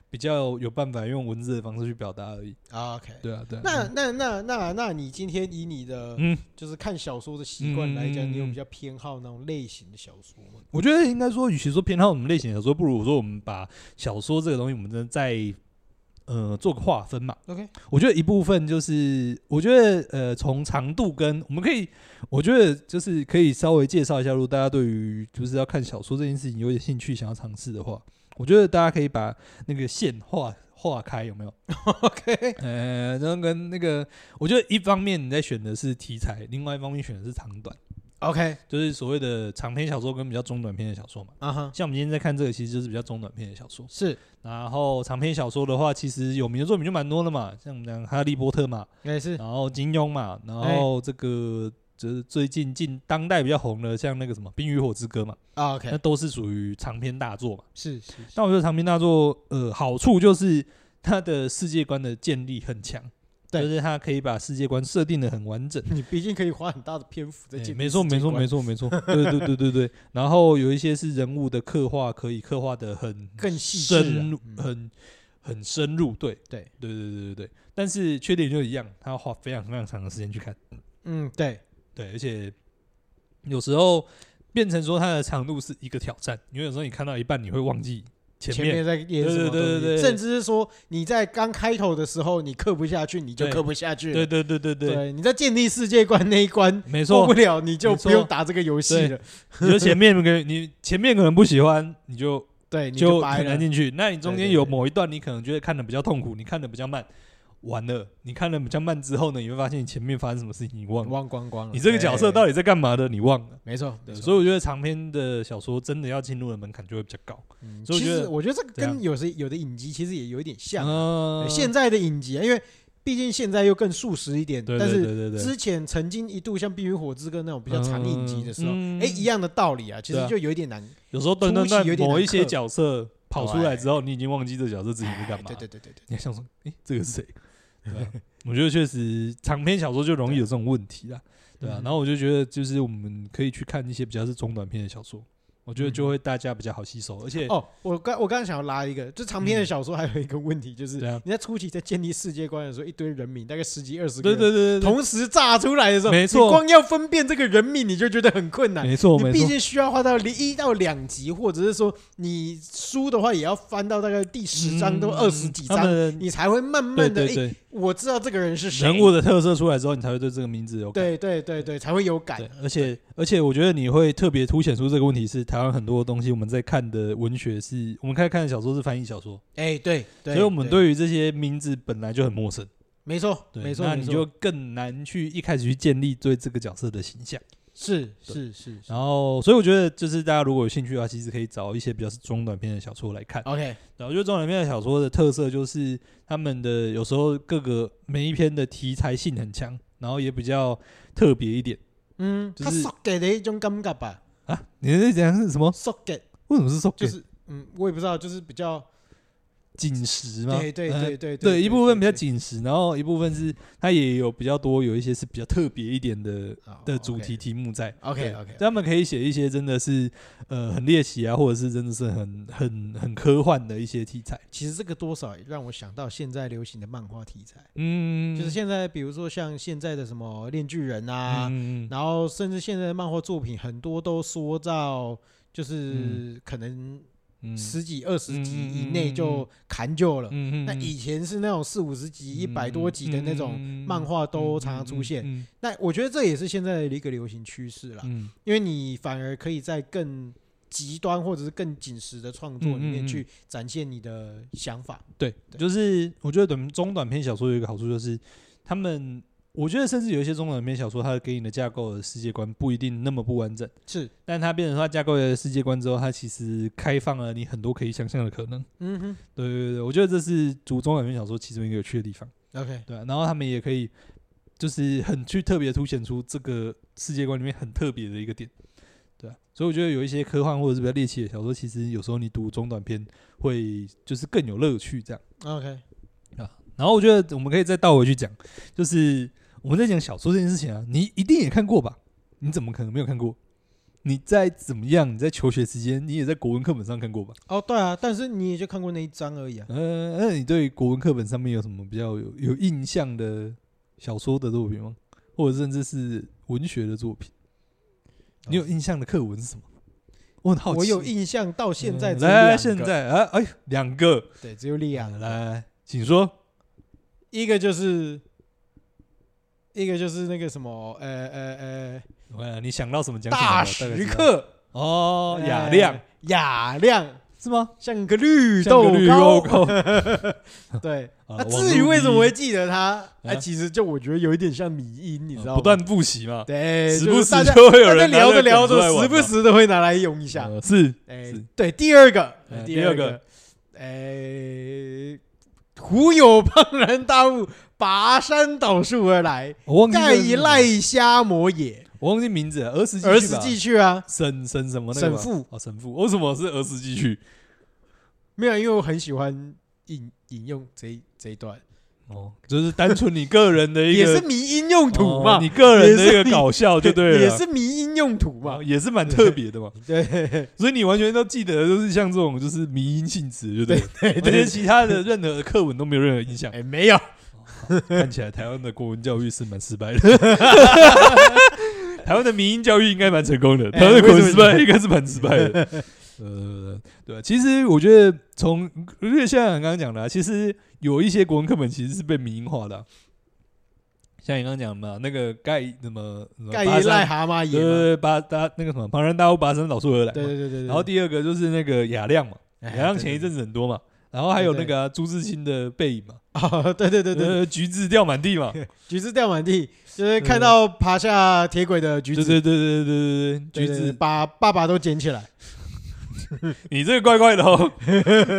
比较有办法用文字的方式去表达而已。
哦 OK，
对啊，对啊。
那那那那那你今天以你的
嗯，
就是看小说的习惯来讲，你有
嗯嗯嗯
比较偏好那种类型的小说吗？
我觉得应该说，与其说偏好我们类型的小说，不如说我们把小说这个东西，我们真的再呃做个划分嘛。
OK
我觉得一部分就是，我觉得呃，从长度跟我们可以，我觉得就是可以稍微介绍一下，如果大家对于就是要看小说这件事情有点兴趣，想要尝试的话，我觉得大家可以把那个线画画开，有没有？
OK，
呃，然后跟那个，我觉得一方面你在选的是题材，另外一方面选的是长短，
OK，
就是所谓的长篇小说跟比较中短篇的小说嘛。
啊哈，
像我们今天在看这个，其实就是比较中短篇的小说。
是，
然后长篇小说的话，其实有名的作品就蛮多的嘛，像我们讲《哈利波特》嘛，
也是，
然后金庸嘛，然后这个就是最近近当代比较红的，像那个什么《冰与火之歌》嘛，
啊
那
OK，
都是属于长篇大作嘛。
是是是
但我觉得长篇大作，呃，好处就是它的世界观的建立很强，
对
就是它可以把世界观设定的很完整。
你毕竟可以花很大的篇幅在
哎
建立
没错，
世界
没错，
观
没错，没错，对对对对对。然后有一些是人物的刻画，可以刻画的很
更细致啊
深入，
嗯
很很深入。对，
对，
对对对对对。但是缺点就一样，它要花非常非常长的时间去看。
嗯，对，
对，而且有时候变成说它的长度是一个挑战，因为有时候你看到一半你会忘记前
前
面。
面在演什么
对对
东
对
西
对对
甚至是说你在刚开头的时候你刻不下去，你就
对
刻不下去了，
对对对对对，
对，你在建立世界观那一关
没
过
错
不，了，你就
没错
不用打这个游戏
对
了，
你就前面可你前面可能不喜欢，你就
对， 你
就
白
很难
了。
进去。那你中
对
间
对
有
对
某一段你可能觉得看的比较痛苦，你看的比较慢，完了，你看的比较慢之后呢，你会发现你前面发生什么事情你忘了，
忘光光了。哎
你这个角色到
底
底在干嘛的你忘了。
没错，
对，
没错
所以我觉得长篇的小说真的要进入的门槛就会比较高。
嗯
所以
其
我觉
实
得
我觉得这个
这样
跟有些有的影集其实也有一点像啊。
嗯
对现在的影集啊，因为毕竟现在又更速食一点，
对
但
对
是
对对对，
之前曾经一度像《冰与火之歌》那种比较长影集的时候，
嗯嗯
哎，一样的道理啊，其
对
实
啊
就有一点难。
有时候断断
出
断
戏有点
某
难
一些
克
角色跑出来之后，你已经忘记这角色自己在
哎
干嘛。
对对对对对，
你还想说，诶，这个是谁？对啊我觉得确实长篇小说就容易有这种问题啦，对啊。
嗯
然后我就觉得，就是我们可以去看一些比较是中短篇的小说，我觉得就会大家比较好吸收，而且
嗯哦，我刚我刚刚想要拉一个，就长篇的
嗯
小说还有一个问题，就是
对啊
你在初期在建立世界观的时候，一堆人名，大概十几二十个
对
人，
对对对对，
同时炸出来的时候，
没
你
错
光要分辨这个人名，你就觉得很困难。
没错
你
没
毕
错，
竟需要画到一到两集，或者是说你书的话也要翻到大概第十章到
嗯
二十几
他
章，
们
你才会慢慢
对
的，
对
诶，
对
我知道这个人是谁
人。物的特色出来之后，你才会对这个名字有感。
对对对对，才会有感
对。，而且而且，我觉得你会特别凸显出这个问题是台湾很多东西我们在看的文学是，我们看看的小说是翻译小说，
哎，对，对
所以我们对于这些名字本来就很陌生，
没错，
对，
没错，
那
没
你
错
就更难去一开始去建立对这个角色的形象。
是是是是
然后，所以我觉得就是大家如果有兴趣的话，其实可以找一些比较是中短篇的小说来看。
，OK，
然后，我觉得中短篇的小说的特色就是他们的有时候各个每一篇的题材性很强，然后也比较特别一点
嗯，
就
他
是
socket 的一种感觉吧
啊。你是讲是什么？
，socket
为什么是 so
就是嗯，我也不知道，就是比较
紧实吗？
对对
呃
对对
对，一部分比较
对
紧实，然后一部分是它也有比较多有一些是比较特别一点的
哦
的主
OK
题题目在。对
OK，OK，OK
他们可以写一些真的是呃很猎奇啊，或者是真的是很很很科幻的一些题材。
其实这个多少也让我想到现在流行的漫画题材，
嗯，
就是现在比如说像现在的什么《链锯人》啊，
嗯嗯
然后甚至现在的漫画作品很多都说到就是
嗯
可能
嗯
十几二十集
嗯嗯嗯
以内
嗯
就砍旧了。
嗯嗯
那以前是那种四五十集、一百多集的那种漫
嗯嗯
画
嗯
都常常出现。
嗯
那我觉得这也是现在的一个流行趋势啦，
嗯
因为你反而可以在更极端或者是更紧实的创作里
嗯嗯
面
嗯
去展现你的想法。
对，
对
就是我觉得短中短篇小说有一个好处就是，他们我觉得甚至有一些中短篇小说，它给你的架构的世界观不一定那么不完整，
是，
但它变成它架构的世界观之后，它其实开放了你很多可以想象的可能。
嗯哼
对对对，我觉得这是读中短篇小说其中一个有趣的地方。
，OK，
对、啊，然后他们也可以就是很去特别凸显出这个世界观里面很特别的一个点，对啊，所以我觉得有一些科幻或者是比较猎奇的小说，其实有时候你读中短篇会就是更有乐趣这样
OK，
啊。然后我觉得我们可以再倒回去讲，就是我们在讲小说这件事情啊，你一定也看过吧？你怎么可能没有看过？你在怎么样？你在求学期间，你也在国文课本上看过吧？
哦，对啊，但是你也就看过那一章而已啊。
呃，那你对国文课本上面有什么比较有有印象的小说的作品吗？或者甚至是文学的作品？你有印象的课文是什么？哦我很好奇。
我有印象，到现在
嗯
只有两
来，
个
现在啊，哎，两个，
对，只有两个，
来，请说。
一个就是一个就是那个什么，呃呃呃，
我看你想到什么讲什么吧
大
大概
时
知道
刻
哦，雅
哎
亮
雅亮，
是吗？
像个绿
像个
豆
绿
糕。
豆糕
对，
啊
那
网
至于
络
为什么
迷
会记得他，哎，
啊
其实就我觉得有一点像迷音，你知道吗？
不断复习嘛，
对，
时
就
不
是
时
大家
就会有
大家
人拿
聊着
这个
聊
梗出来
着，
玩
时不
嘛
时的会拿来用一下。
呃是
哎
是，
对，第二个
哎，
第
第
二
二个
个，哎，忽有庞然大物，拔山倒树而来，
我忘记
盖
这个是
以
什么
赖虾魔也。
我忘记名字了，儿时记
儿
去
时
吧
记去啊，
神神什么那个吧
神父
哦，神父为什么是儿时记去？
没有，因为我很喜欢引引用这一这一段，
哦，就是单纯你个人的一
也
个
是迷音用途
哦
嘛，
你个人的
也
一
是
个搞笑就对了，
也是迷音用途嘛
哦。也是蛮特别的 嘛。
对，
所以你完全都记得，就是像这种就是迷因性质，就对了。
对
而
对
且其他的任何课文都没有任何影响。
哎，没有，
看起来台湾的国文教育是蛮失败 的。台湾的民音教育应该蛮成功的，
哎
台湾的国文
为
失
什么
败应该是蛮失败的。 呃，对啊，其实我觉得从因为像你刚刚讲的、啊，其实有一些国文课本其实是被民音化的啊、像你刚刚讲的嘛，那个盖什么什么
盖
巴
伊癞
山
蛤蟆也
对对
嘛。
对巴大那个什么庞然大物拔山倒树而来嘛，
对对对对对。
然后第二个就是那个雅亮嘛，
哎
雅亮前一阵子很多嘛，然后还有
对
那
对
个啊、朱自清的背影嘛，
啊，对对对对对，
呃，橘子掉满 地嘛，
橘子掉满地，就是看到爬下铁轨的橘
对
子，
对对对对对对，橘
对对对
子，
把爸爸都捡起来。
你这个怪怪的哦，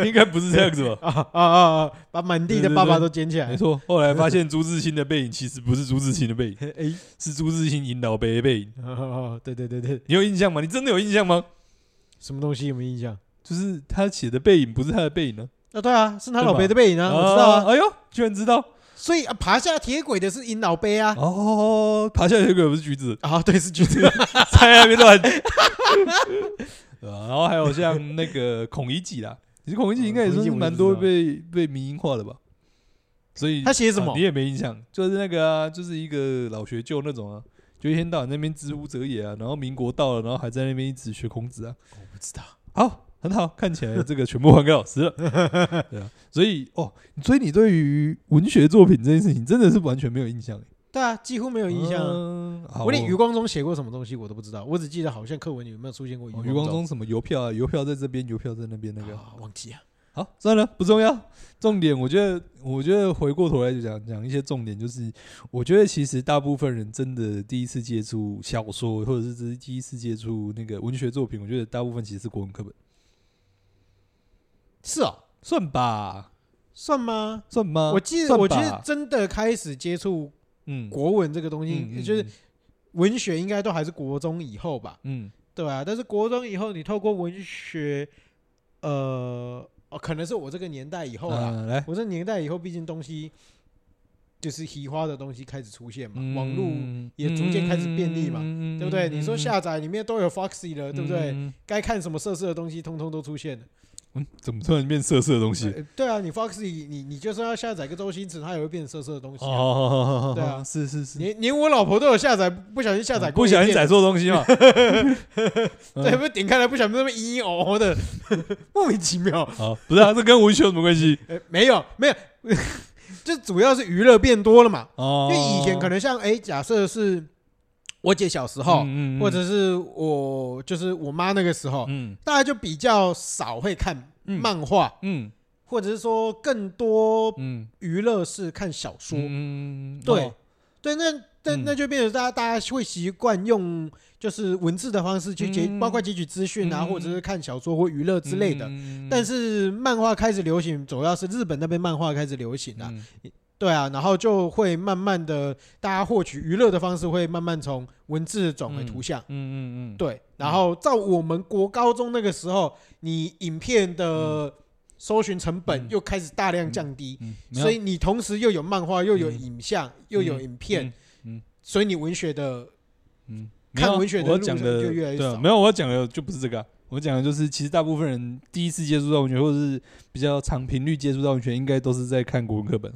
应该不是这样子吧？
啊啊啊！啊把满地的爸爸都捡起来
没。错，后来发现朱自清的背影其实不是朱自清的背影，
哎，
是朱自清引导杯的背影。
哦哦对对对对，
你有印象吗？你真的有印象吗？
什么东西有没有印象？
就是他写的背影不是他的背影呢？
啊，对啊，是他
对
老
吧
贝的背影啊，我知道啊。
哎呦，居然知道
所以啊，爬下铁轨的是银老杯啊。
哦！爬下来的鬼不是橘子，
啊，对，是橘子。
在那边乱。对啊，然后还有像那个孔乙己啦，其实孔乙己应该也算是蛮多被被民营化的吧。所以
他写什么哦
啊你也没印象，就是那个啊，就是一个老学究那种啊，就一天到晚在那边知乎者也啊，然后民国到了，然后还在那边一直学孔子啊，
我不知道。
好，很好，看起来这个全部还给 老师了，对啊，所以哦，所以你对于文学作品这件事情真的是完全没有印象，
对啊，几乎没有
没
印象啊。
好，哦
我连余光中写过什么东西我都不知道，我只记得好像课文有没有出现过
哦
余
余
光
光中什么邮票啊，邮票在这边，邮票在那边，那个
啊，忘记啊。
好，算了，不重要。重点，我觉得，我觉得回过头来就讲讲一些重点，就是我觉得其实大部分人真的第一次接触小说，或者是只是第一次接触那个文学作品，我觉得大部分其实是国文课本，
是
啊
哦，
算吧，
算吗？
算吗？
我记得，
啊算吧
我觉得真的开始接触
嗯，
国文这个东西，
嗯嗯
就是文学应该都还是国中以后吧，
嗯
对吧、但是国中以后，你透过文学，呃，哦，可能是我这个年代以后
嗯，
啦，
呃来，
我这年代以后，毕竟东西就是移花的东西开始出现嘛，网络
嗯
也逐渐开始便利嘛，
嗯
对不对？你说下载里面都有 Foxy 了，对不？
嗯
对？
嗯嗯
该看什么色色的东西，通通都出现了。
嗯，怎么突然变色色的东西？
呃对啊，你 Foxy，你你就算要下载个周星驰，它也会变色色的东西、啊。
哦，
对啊
是是是，
连连我老婆都有下载，不小心下载
嗯不
过一
小
遍，
心载嗯错东西嘛，
对，不是点开来不小心那么嘤嘤哦 哦的，莫名其妙。
好，不是啊，这跟文学有什么关系？
呃，没有没有， 就主要是娱乐变多了嘛。
哦
因为以前可能像哎、假设是我姐小时候，
嗯嗯嗯
或者是我就是我妈那个时候，
嗯
大家就比较少会看
嗯
漫画，
嗯
或者是说更多
嗯
娱乐是看小说。
嗯，
对、
哦
对，那那
嗯
那就变成大家大家会习惯用就是文字的方式去截，
嗯
包括截取资讯啊，
嗯
或者是看小说或娱乐之类的。
嗯
但是漫画开始流行，主要是日本那边漫画开始流行啊，
嗯
对啊，然后就会慢慢的，大家获取娱乐的方式会慢慢从文字转为图像，
嗯嗯嗯，
对，然后照我们国高中那个时候，你影片的搜寻成本
嗯
又开始大量降低，
嗯，
所以你同时又有漫画，又有
嗯
影像，又有影片，
嗯嗯
所以你文学的
嗯，没有
看文学的
我
路
讲
上
的
就越来越
对啊
少
没有，我讲的就不是这个啊、我讲的就是，其实大部分人第一次接触到文学，或者是比较长频率接触到文学，应该都是在看国文课本，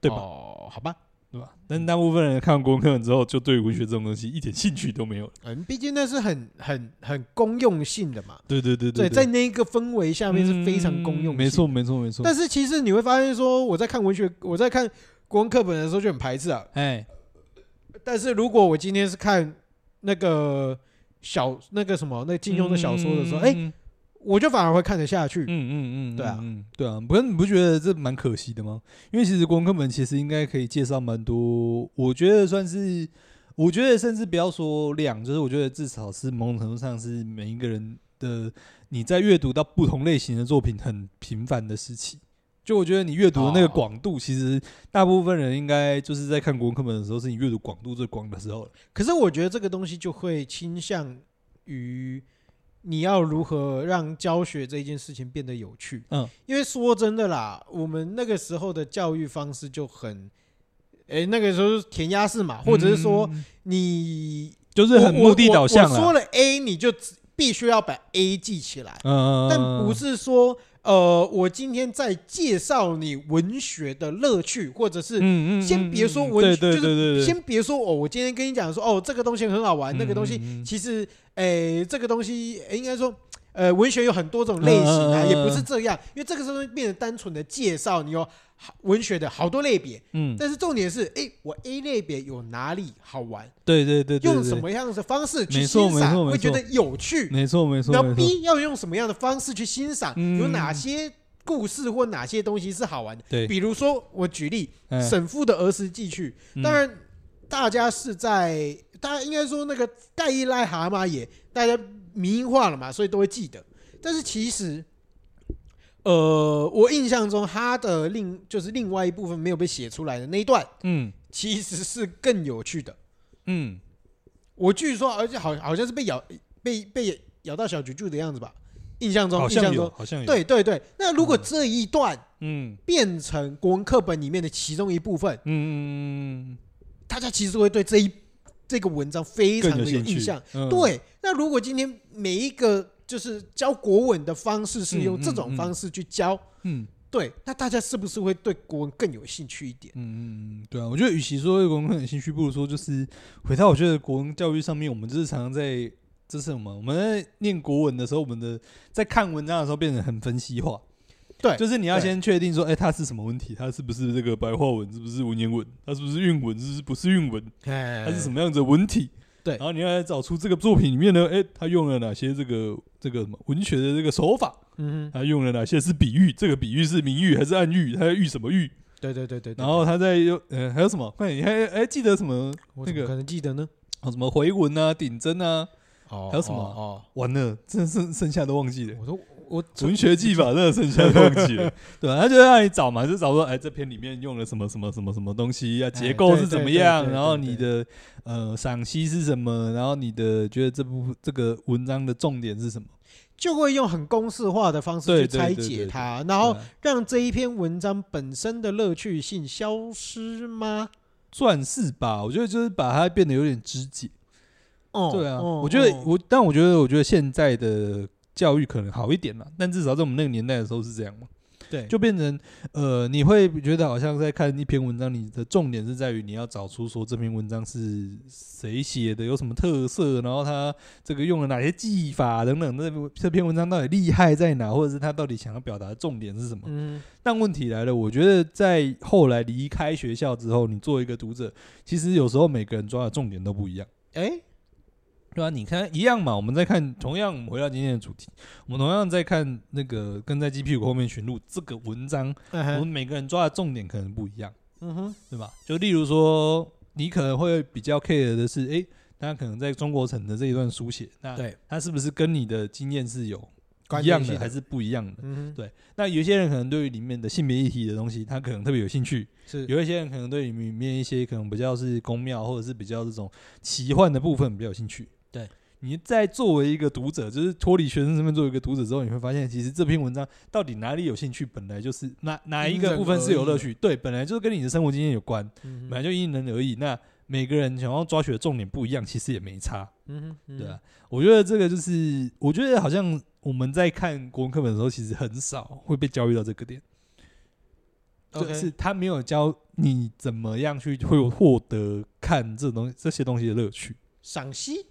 对吧？
哦，好吧，
对吧？
嗯
但大部分人看完国文课本之后，就对文学这种东西一点兴趣都没有了。
嗯，毕竟那是很很很公用性的嘛，
对对对
对，
对，
在那一个氛围下
下
面是非常公用、
没错。没错没错。
但
是
是其实你会发现，说我在看文学，我在看国文课本的时候就很排斥啊。
哎，
但是如果我今天是看那个小那个什么那金庸的小说的时候，
嗯
哎、
嗯
我就反而会看得下去。
嗯嗯嗯，
对啊
嗯，对啊，不是你不觉得这蛮可惜的吗？因为其实国文课本其实应该可以介绍蛮多，我觉得算是，我觉得甚至不要说量，就是我觉得至少是某种程度上是每一个人的你在阅读到不同类型的作品很频繁的时期。就我觉得你阅读的那个
哦
广度，其实大部分人应该就是在看国文课本的时候，是你阅读广度最广的时候了。
可是我觉得这个东西就会倾向于你要如何让教学这件事情变得有趣。
嗯，
因为说真的啦，我们那个时候的教育方式就很，哎、那个时候是填鸭式嘛，或者是说
嗯
你
就是很目的导向啊
我我我说
了，
了 A，你就只必须要把 A 记起来，
嗯，
但不是说呃，我今天在介绍你文学的乐趣，或者是
嗯，嗯嗯，
先别说
嗯
文
对
学
对
就是
对对对，
先别说哦，我今天跟你讲说哦，这个东西很好玩，那个东西
嗯嗯嗯
其实诶，这个东西诶应该说。呃，文学有很多种类型啊，
嗯嗯嗯嗯
也不是这样，因为这个时候变得单纯的介绍，你有好文学的好多类别，
嗯，
但是重点是，诶，我 A 类别有哪里好玩，
对对对，对
用什？
对
么样的方式去
没错
欣赏
没错，没
会觉
错
得有趣。
没错没错，
那
没错
B 要用什么样的方式去欣赏？
嗯
有哪些故事或哪些东西是好玩的？
对，
比如说，我举例，
哎
沈复的《儿时寄去》，
嗯
当然大家是在，大家应该说那个盖伊癞蛤蟆也大家迷音化了嘛，所以都会记得。但是其实，呃，我印象中他的另就是另外一部分没有被写出来的那一段，
嗯
其实是更有趣的。
嗯，
我据说，而且好好像是被咬被被咬到小菊菊的样子吧，印象中，
好
印象
像有，
中，
好像有，，
对对对。那如果这一段
嗯
变成国文课本里面的其中一部分，
嗯嗯嗯
大家其实会对这一这个文章非
嗯，
常的
更
有
兴趣
印象。，
嗯，
对，那如果今天每一个就是教国文的方式是用
嗯嗯
这种方式去教，
嗯
对，那大家是不是会对国文更有兴趣一点
嗯？嗯嗯，对啊，我觉得与其说对国文很有兴趣，不如说就是回到我觉得国文教育上面，我们就是常常在。这是什么？我们在念国文的时候，我们的在看文章的时候变得很分析化。
对
就是你要
对
先确定说，哎、它是什么问题？它是不是这个白话文？是不是文言文？它是不是韵文？是不是韵文？
哎
它是什？么样子的文体。
对
然后你要来找出这个作品里面呢，诶，他用了哪些这个这个什么文学的这个手法？
嗯哼，
他用了哪些是比喻？这个比喻是明喻还是暗喻？他喻什么喻？
对对对对。对
然后他在又呃还有什么？快点，你还还记得什么？
我
那
怎么
个
可能记得呢？
哦，什么回文啊、顶针啊？
哦
还有什么
哦，
完了，真剩剩下都忘记
哦
了。
我都我
文学技法真的剩下都忘 记了，对啊，他就让你找嘛，就找说，哎，这篇里面用了什么什么什么什么东西啊，结构是怎么
哎对对对
样，
对
然后你的呃赏析是什么，然后你的觉得这部这个文章的重点是什么？
就会用很公式化的方式去
对对
拆
对对
解
对
它，然后
对啊
让这一篇文章本身的乐趣性消失吗？
算是吧，我觉得就是把它变得有点肢解。
哦，
对啊，
哦
我觉得
哦
我，但我觉得我觉得现在的教育可能好一点了，但至少在我们那个年代的时候是这样嘛。
对，
就变成呃，你会觉得好像在看一篇文章，你的重点是在于你要找出说这篇文章是谁写的，有什么特色，然后他这个用了哪些技法等等，这这篇文章到底厉害在哪，或者是他到底想要表达的重点是什么？
嗯，
但问题来了，我觉得在后来离开学校之后，你作为一个读者，其实有时候每个人抓的重点都不一样。
哎，
对啊，你看一样嘛，我们在看同样，我们回到今天的主题，我们同样在看那个跟在鸡屁股后面寻路这个文章，
嗯
我们
哼
每个人抓的重点可能不一样，
嗯哼，
对吧？就例如说，你可能会比较 care 的是，诶，他可能在中国城的这一段书写，那
对，
他是不是跟你的经验是有
关
一样
联性
的，还是不一样的？
嗯哼，
对，那有些人可能对于里面的性别议题的东西，他可能特别有兴趣；
是
有一些人可能对里面一些可能比较是宫庙或者是比较这种奇幻的部分比较有兴趣。
对，
你在作为一个读者，就是脱离学生身份作为一个读者之后，你会发现，其实这篇文章到底哪里有兴趣，本来就是哪哪一
因
个
人
部分
而
是有
异
乐
嘛
趣，对，本来就是跟你的生活经验有关，
嗯
本
哼
来就因人而异。那每个人想要抓取的重点不一样，其实也没差。
嗯哼，
对啊，我觉得这个就是，我觉得好像我们在看国文课本的时候，其实很少会被教育到这个点，
嗯
就是
OK，
他没有教你怎么样去会有获得看这东这些东西的乐趣。
赏析，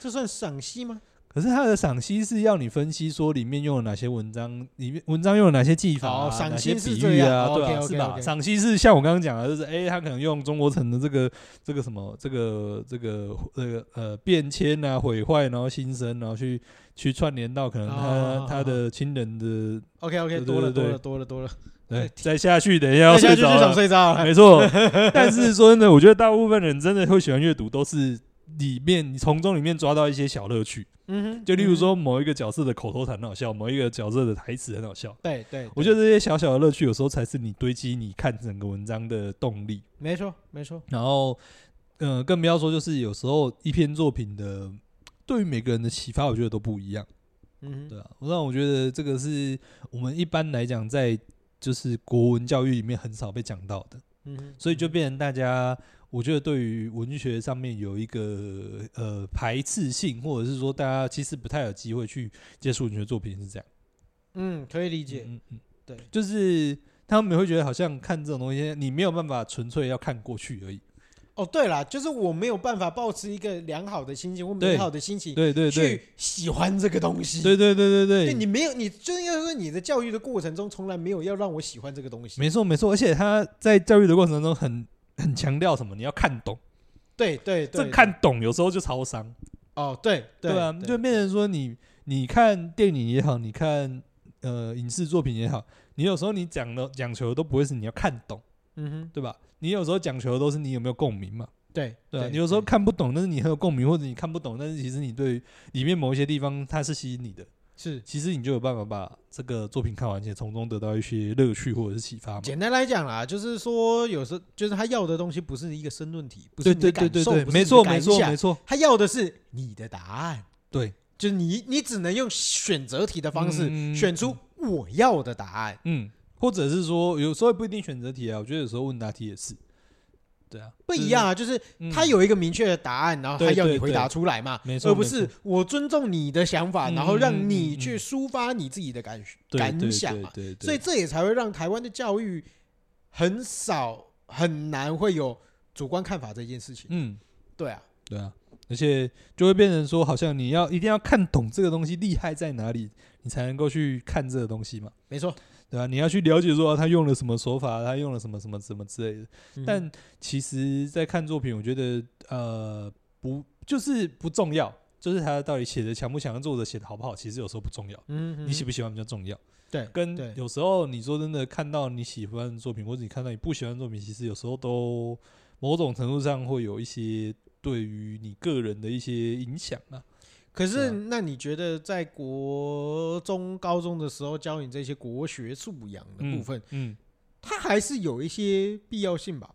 这算赏析吗？
可是他的赏析是要你分析说里面用了哪些文章，里面文章用了哪些技法、啊、
哦赏
哪
析
些
是
比
这
喻
样
啊，
哦
对啊，
OK，OK，
是吧？
OK
赏析是像我刚刚讲的，就是哎、诶他可能用中国城的这个这个什么这个这个这个呃变迁啊、毁坏，然后新生，然后去去串联到可能他、
哦
他的亲人的，
OK
对
OK，
对
多了
对
多
对
了多了多了，
对
对，
再下去等一下要
再下
睡
去就
着
想
了，
睡着了。
啊没错。 但是说真的，我觉得大部分人真的会喜欢阅读，都是里面你从中里面抓到一些小乐趣。
嗯哼，
就例如
嗯哼，
说某一个角色的口头禅很好笑，某一个角色的台词很好笑。
对对，
我觉得这些小小的乐趣，有时候才是你堆积你看整个文章的动力。
没错没错，
然后，呃，更不要说就是有时候一篇作品的对于每个人的启发，我觉得都不一样。
嗯哼，
对啊，让我觉得这个是我们一般来讲在就是国文教育里面很少被讲到的，
嗯哼，
所以就变成大家。我觉得对于文学上面有一个呃排斥性，或者是说大家其实不太有机会去接触文学作品是这样。
嗯，可以理解，
嗯嗯，
对，
就是他们会觉得好像看这种东西，你没有办法纯粹要看过去而已。
哦，对啦，就是我没有办法保持一个良好的心情或
对
美好的心情
对对对，
去喜欢这个东西。
对对对对
对，
对，
你没有，你就应该说你的教育的过程中从来没有要让我喜欢这个东西。
没错没错。而且他在教育的过程中很很强调什么，你要看懂。
对对对，
这看懂有时候就超伤，
哦，对
对啊，就变成说你你看电影也好，你看呃影视作品也好，你有时候你讲的讲求的都不会是你要看懂，
嗯哼，
对吧？你有时候讲求的都是你有没有共鸣嘛。
对
对啊，你有时候看不懂，但是你很有共鸣，或者你看不懂，但是其实你对里面某一些地方它是吸引你的，
是
其实你就有办法把这个作品看完，且从中得到一些乐趣或者是启发嘛。
简单来讲啦，就是说有时候就是他要的东西不是一个申论题，不是
对
你的
对对
感
对
受，
对，
不是
没
你的
错没
感
错
想
没错，
他要的是你的答案。
对，
就是你你只能用选择题的方
嗯
式选出我要的答案。
嗯，或者是说有时候也不一定选择题啊，我觉得有时候问答题也是，对啊，
不
就是
一样，啊，就是
嗯
他有一个明确的答案，然后他
对
要
对
你回答
对
出来嘛，
没错
而不
没
是
错
我尊重你的想法，
嗯
然后让
嗯嗯
你
嗯
去抒发你自己的感
对对
感想嘛。
对对，
所以这也才会让台湾的教育很少很难会有主观看法这件事情。
嗯，
对啊，
对啊，而且就会变成说，好像你要一定要看懂这个东西厉害在哪里，你才能够去看这个东西嘛。
没错。
对啊，你要去了解说、啊他用了什么手法，他用了什么什么什么之类的。
嗯
但其实，在看作品，我觉得呃不就是不重要，就是他到底写的强不强，作者写的好不好，其实有时候不重要，
嗯嗯
你喜不喜欢比较重要。
对
跟
对
有时候你说真的看到你喜欢的作品，或者你看到你不喜欢的作品，其实有时候都某种程度上会有一些对于你个人的一些影响啊。
可是
对啊
那你觉得在国中、高中的时候教你这些国学素养的部分，
嗯，
它还是有一些必要性吧？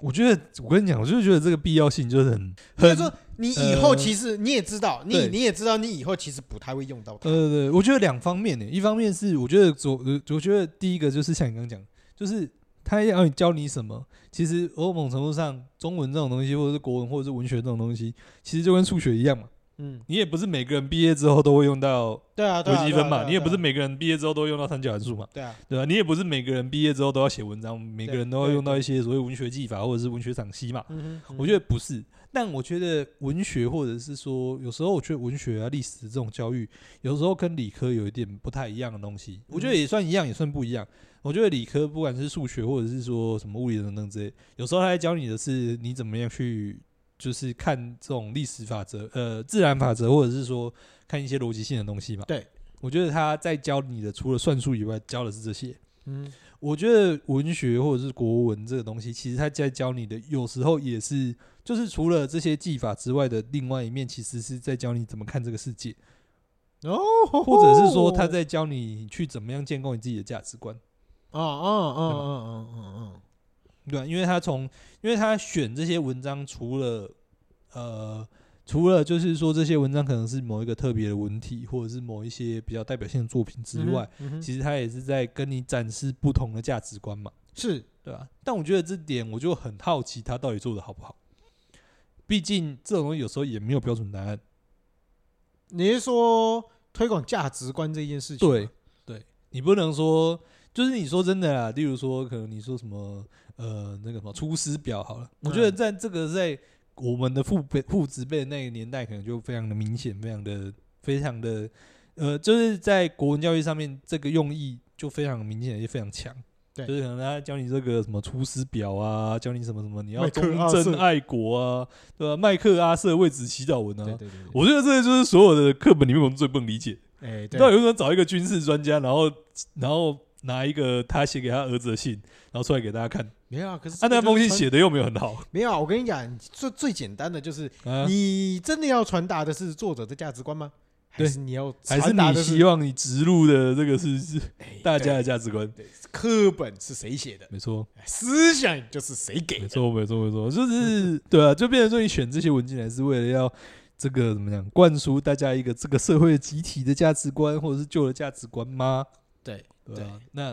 我觉得我跟你讲，我就是觉得这个必要性就是很
就
很
是说，你以后
呃
其实你也知道，你
对
你也知道，你以后其实不太会用到它。
呃，对我觉得两方面呢，一方面是我觉得昨呃我觉得第一个就是像你刚刚讲，就是他要你教你什么，其实某种程度上，中文这种东西，或者是国文或者是文学这种东西，其实就跟数学一样嘛，
嗯，
你也不是每个人毕业之后都会用到
对啊，对
微
啊
积
对啊
分嘛，
对啊
你也不是
对啊
每个人毕业之后都用到三角函数嘛，
对啊，
对吧、你也不是每个人毕业之后都要写文章，每个
对
人都要
对
用到一些所谓文学技法或者是文学赏析嘛。
嗯哼，
我觉得不是，但我觉得文学或者是说，有时候我觉得文学啊、历史这种教育，有时候跟理科有一点不太一样的东西。
嗯
我觉得也算一样，也算不一样。我觉得理科不管是数学或者是说什么物理等等之类，有时候他在教你的是你怎么样去，就是看这种历史法则、呃自然法则，或者是说看一些逻辑性的东西嘛。
对，
我觉得他在教你的除了算术以外，教的是这些。
嗯
我觉得文学或者是国文这个东西，其实它在教你的，有时候也是，就是除了这些技法之外的另外一面，其实是在教你怎么看这个世界，
哦，
或者是说他在教你去怎么样建构你自己的价值观，
哦哦哦哦哦哦
对啊吧、因为他从，因为他选这些文章，除了呃，除了就是说这些文章可能是某一个特别的文体，或者是某一些比较代表性的作品之外，，
嗯哼嗯哼
其实他也是在跟你展示不同的价值观嘛。
是
对啊，但我觉得这点我就很好奇他到底做的好不好。毕竟这种东西有时候也没有标准答案。
你是说推广价值观这件事情吗？
对对，你不能说，就是你说真的啦，例如说，可能你说什么呃那个什么《出师表》好了，我觉得
嗯
在这个在我们的父辈父子辈的那个年代，可能就非常的明显，非常的非常的呃，就是在国文教育上面，这个用意就非常明显，也非常强。
对
就是可能他教你这个什么《出师表》啊，教你什么什么，你要
麦
忠
克阿
贞
瑟
爱国啊，对吧、麦克阿瑟为子祈祷文啊，
对对对，
我觉得这就是所有的课本里面我们最不能理解。
哎，
你到
对
底为什么找一个军事专家，然后然后拿一个他写给他儿子的信，然后出来给大家看？
没有啊，可是这
啊，
个
那封
就
信
是传
写的又没有很好，
没有啊，我跟你讲，最最简单的就是
啊，
你真的要传达的是作者的价值观吗？还
对
是你要
还是
传达
你
的
希望你植入的这个是是
哎
大家的价值观？
对对课本是谁写的，哎
没错，
思想就是谁给
没
的。
错，没错，没错，就是对啊，就变成说你选这些文件来是为了要。这个怎么讲？灌输大家一个这个社会集体的价值观，或者是旧的价值观吗？
对，
对啊，那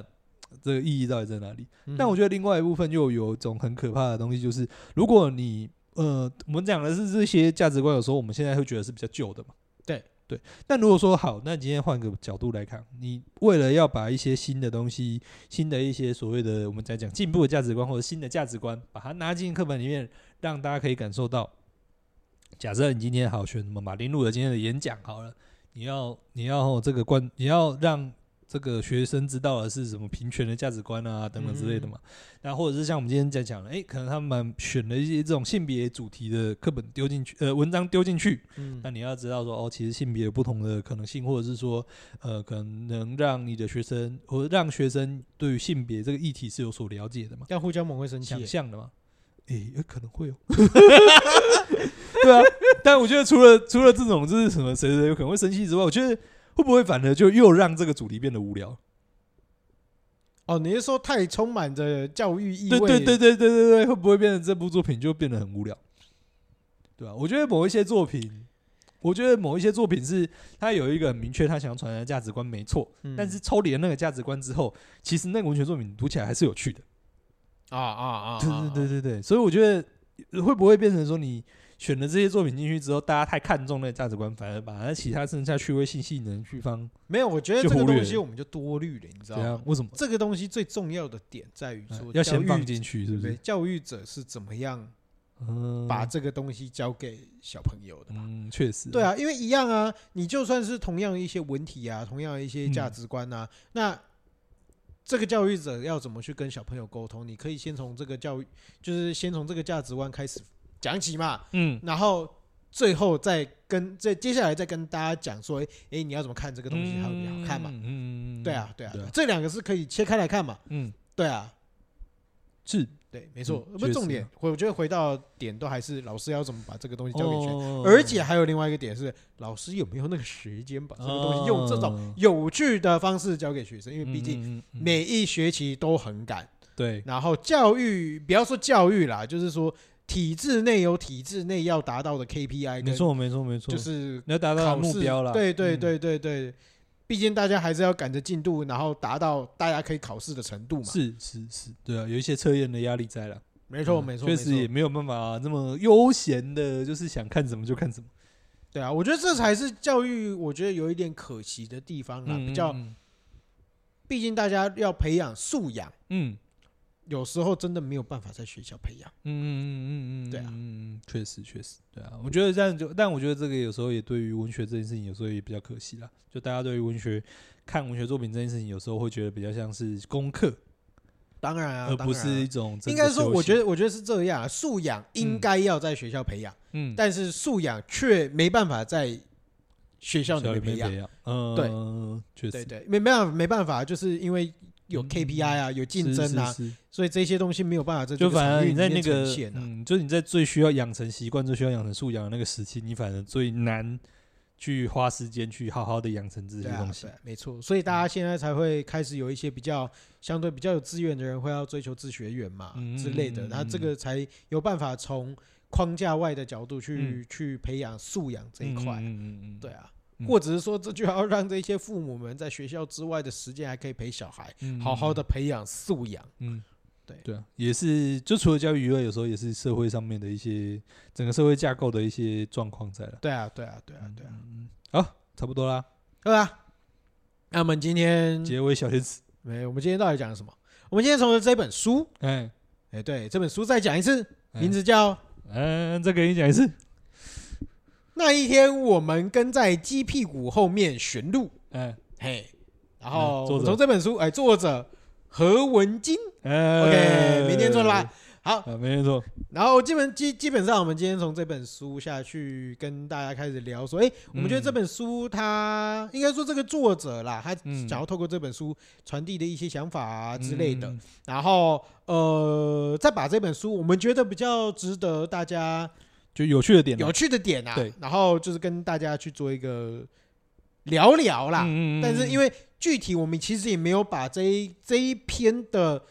这个意义到底在哪里？但
但
嗯我
我
觉得另外一部分又有一种很可怕的东西，就是如果你呃，我们讲的是这些价值观，有时候我们现在会觉得是比较旧的嘛。
对
对，但如果说好，那今天换个角度来看，你为了要把一些新的东西、新的一些所谓的我们在讲进步的价值观或者新的价值观，把它拿进课本里面，让大家可以感受到。假设你今天好选什么马丁路德今天的演讲好了，你要你要这个观，你要让这个学生知道的是什么平权的价值观啊等等之类的嘛。那或者是像我们今天在讲的，诶，可能他们选了一些这种性别主题的课本丢进去，呃，文章丢进去，
嗯
那你要知道说，哦，其实性别有不同的可能性，或者是说，呃，可能让你的学生或者让学生对于性别这个议题是有所了解的嘛，
但胡椒猛会生气
想
耶，
象的嘛。诶，有可能会哦， 对啊，但我觉得除了除了这种就是什么谁谁有可能会生气之外，我觉得会不会反而就又让这个主题变得无聊？
哦，你是说太充满着教育意
对
味？
对对对对对对，会不会变成这部作品就变得很无聊？对啊吧、我觉得某一些作品，我觉得某一些作品是它有一个很明确他想要传达的价值观，没错。
嗯，
但是抽离了那个价值观之后，其实那个文学作品读起来还是有趣的。
啊啊啊，
对对对
对，
对对，所以我觉得会不会变成说你选了这些作品进去之后，大家太看重那个价值观，反而把那其他剩下趣味性、吸引人的地方
没有，我觉得
就
这个
忽略
东西
了
我们就多虑了，你知
怎
道吗
样？？为什么、
这个东西最重要的点在于啊说，
哎要先
教育
放进去？是不
对
是？
教育者是怎么样
嗯，
把这个东西交给小朋友的吧？
嗯，确实
对，啊，因为一样啊，你就算是同样一些文体啊，同样一些价值观
嗯
啊，那这个教育者要怎么去跟小朋友沟通？你可以先从这个教育，就是先从这个价值观开始讲起嘛，
嗯
然后最后再跟再接下来再跟大家讲说，哎、诶你要怎么看这个东西，它会比较好看嘛？
嗯，嗯
对啊，对啊，
对
对
啊
啊这两个是可以切开来看嘛？
嗯，
对啊，
是
对，没错
嗯，
不
确
是
实
重点，我觉得回到点都还是老师要怎么把这个东西交给学生。
哦
而且还有另外一个点是，老师有没有那个时间把这个东西用这种
种，
有趣的方式教给学生？因为
嗯
毕竟
竟
每一学期都很赶，
对
然后教育不要说教育啦，就是说体制内有体制内要达到的 KPI，
没
跟
错没错没错，
就是
你要达到
考
目
试
标了，
对对
嗯，
对对对，毕竟大家还是要赶着进度，然后达到大家可以考试的程度嘛。
是是是，对啊，有一些测验的压力在了，
没错
嗯
没错，没
确实也
错
没有办法那么悠闲的，就是想看什么就看什么，
对啊，我觉得这才是教育，我觉得有一点可惜的地方啦。
嗯
比较，
嗯
毕竟大家要培养素养，
嗯
有时候真的没有办法在学校培养。
嗯嗯嗯嗯，
对啊
嗯，嗯确实确实，对啊，我觉得这样就，但我觉得这个有时候也对于文学这件事情，有时候也比较可惜啦。就大家对于文学看文学作品这件事情，有时候会觉得比较像是功课，
当然啊，
而不
当然
是
啊
一种真
应
的
该说，
休嗯
我觉
闲，
得我觉得是这样啊，素养应该要在学校培养，
嗯，
但是素养却没办法在学校里
小
面培
培
养。
养，嗯，
对
对确
对
实
对，没没办法，没办法，就是因为有 KPI 啊，有竞争啊，
嗯是是是
所以这些东西没有办法在这
就
个
反
场
而
域
你
里
在
面
那个
呈现，啊。
嗯，就是你在最需要养成习惯、最需要养成素养的那个时期，你反而最难去花时间去好好的养成这些
对啊
东，西嗯
对。啊，没错，所以大家现在才会开始有一些比较相对比较有资源的人会要追求自学远嘛
嗯
之类的，
嗯
他这
嗯
个才有办法从框架外的角度去
嗯
去培养素养这一块
嗯。嗯嗯，
对啊，
嗯
或者是说，这就要让这些父母们在学校之外的时间还可以陪小孩，
嗯
好好的，培养素养。
嗯，
对
对啊，也是，就除了教育以外，有时候也是社会上面的一些整个社会架构的一些状况在了。
对啊，对啊，对啊，对啊，
嗯，嗯好，差不多啦，
对啊。那我们今天
结尾小天使，
没，我们今天到底讲了什么？我们今天从这本书，
哎，
哎，对，这本书再讲一次，
哎
名，字叫《
嗯，再给你讲一次，
那一天我们跟在鸡屁股后面寻路》。
哎，
嘿，然后
嗯作者
我从这本书，哎，作者何文金。
哎
OK，明天做了吧？？好，
啊，没念错，
然后基本基基本上，我们今天从这本书下去跟大家开始聊说，哎，
嗯
我们觉得这本书它应该说这个作者啦，他
嗯
想要透过这本书传递的一些想法啊之类的，
嗯
然后呃，再把这本书我们觉得比较值得大家
就有趣的点啊，
有趣的点啊
对，
然后就是跟大家去做一个聊聊啦。
嗯
但是因
为
为具体我们其实也没有把这一这一篇的。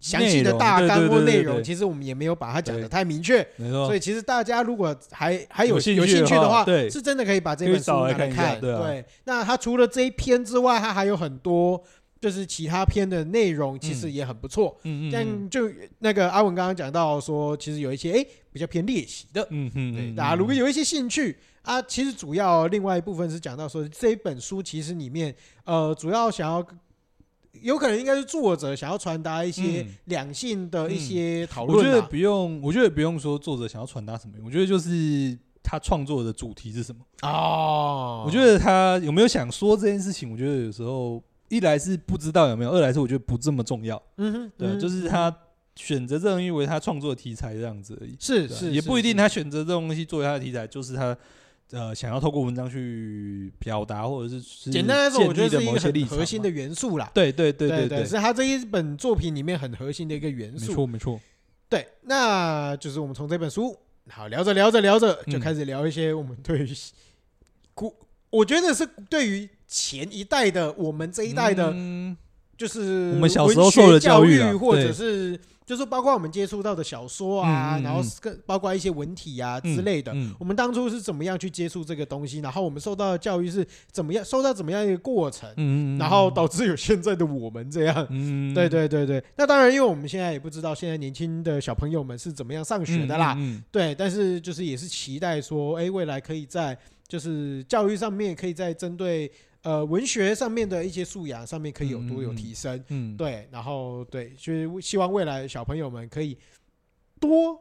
详细的大纲或内容，其实我们也没有把它讲的太明确，
没错，
所以其实大家如果还还有
哦有兴趣
有兴趣
的
的
话
话，
对
是真的可以把这本
可以
书
找来
拿来
看一下对啊
对，那它除了这一篇之外，它还有很多就是其他篇的内容，其实也很不错。
嗯
但就那个阿文刚刚讲到说，其实有一些哎、诶比较偏猎奇的，
嗯
对，
哼，
大家如果有一些兴趣啊，其实主要另外一部分是讲到说这一本书其实里面呃主要想要。有可能应该是作者想要传达一些
嗯
两性的一些讨
我
论、啊
觉得不用，我觉得不用说作者想要传达什么，我觉得就是他创作的主题是什么。
哦，
我觉得他有没有想说这件事情，我觉得有时候一来是不知道有没有，二来是我觉得不这么重要。
嗯哼，
对，啊
嗯
就是他选择这种因为他创作的题材这样子而已。
是
对啊
是，
也不一定
他
他选择这种东西作为他的题材，就是他。呃，想要透过文章去表达，或者是是
简单来说，
建
我觉得
立的
是一
某
个
些立
很
场
核心的
嘛，
元素啦。
对对对
对
对，
是他这一本作品里面很核心的一个元
没
素。
错没错，
对，那就是我们从这本书好聊着聊着聊着，就
嗯
开始聊一些我们对于古，我觉得是对于前一代的我们这一代的，
嗯
就是
我们小时候受
文
的
学教
教育啊
或者
对
是就是包括我们接触到的小说啊，
嗯嗯
然后
嗯
跟包括一些文体啊之类的，
嗯
我们当初是怎么样去接触这个东西，然后我们受到的教育是怎么样，受到怎么样一个过程，
嗯，嗯
然后导致有现在的我们这样。
嗯，
对对对对，那当然，因为我们现在也不知道现在年轻的小朋友们是怎么样上学的啦，
嗯，嗯嗯
对，但是就是也是期待说，哎，未来可以在就是教育上面，可以在针对呃文学上面的一些素养上面，可以有多有提升。
嗯，
对，然后对，就是希望未来小朋友们可以多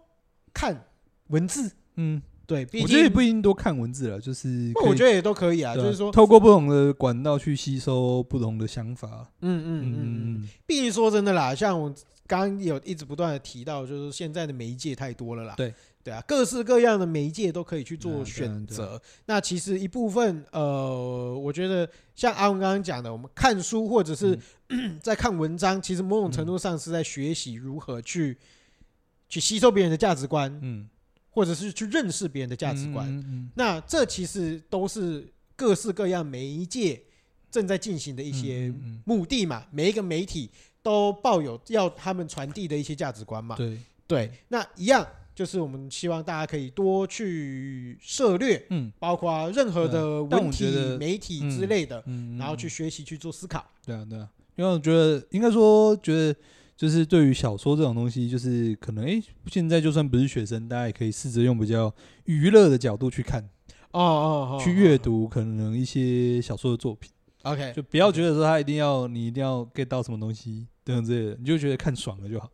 看文字，
嗯，
对，毕
我觉得也
竟
不一定多看文字了，就是
不，我觉
得
得也都可以啊，就是说，
透过不同的管道去吸收不同的想法，
嗯嗯嗯嗯，
嗯嗯
毕竟说真的啦，像我刚刚有一直不断的提到，就是现在的媒介太多了啦，
对
对啊，各式各样的媒介都可以去
嗯对
做
啊
选择。
对
那其实一部分，呃，我觉得像阿文刚刚讲的，我们看书或者是、
嗯
在看文章，其实某种程度上是在学习如何去、去吸收别人的价值观，
嗯，
或者是去认识别人的价值观。
嗯，嗯
那这其实都是各式各样媒介正在进行的一些
嗯嗯
目的嘛，每一个媒体都抱有要他们传递的一些价值观嘛
嗯。对，
对，那一样就是我们希望大家可以多去涉略，
嗯
包括任何的
但
文
我觉
体、
得
媒体之类的，
嗯，
然后
嗯
去，学习去做思考。
对啊对啊，因为我觉得应该说觉得。就是对于小说这种东西，就是可能诶、现在就算不是学生，大家也可以试着用比较娱乐的角度去看。
哦哦哦，
嗯去阅读可能一些小说的作品，
，OK，
就不要觉得说他一定要你一定要 get 到什么东西等等之类的，你就觉得看爽了就好。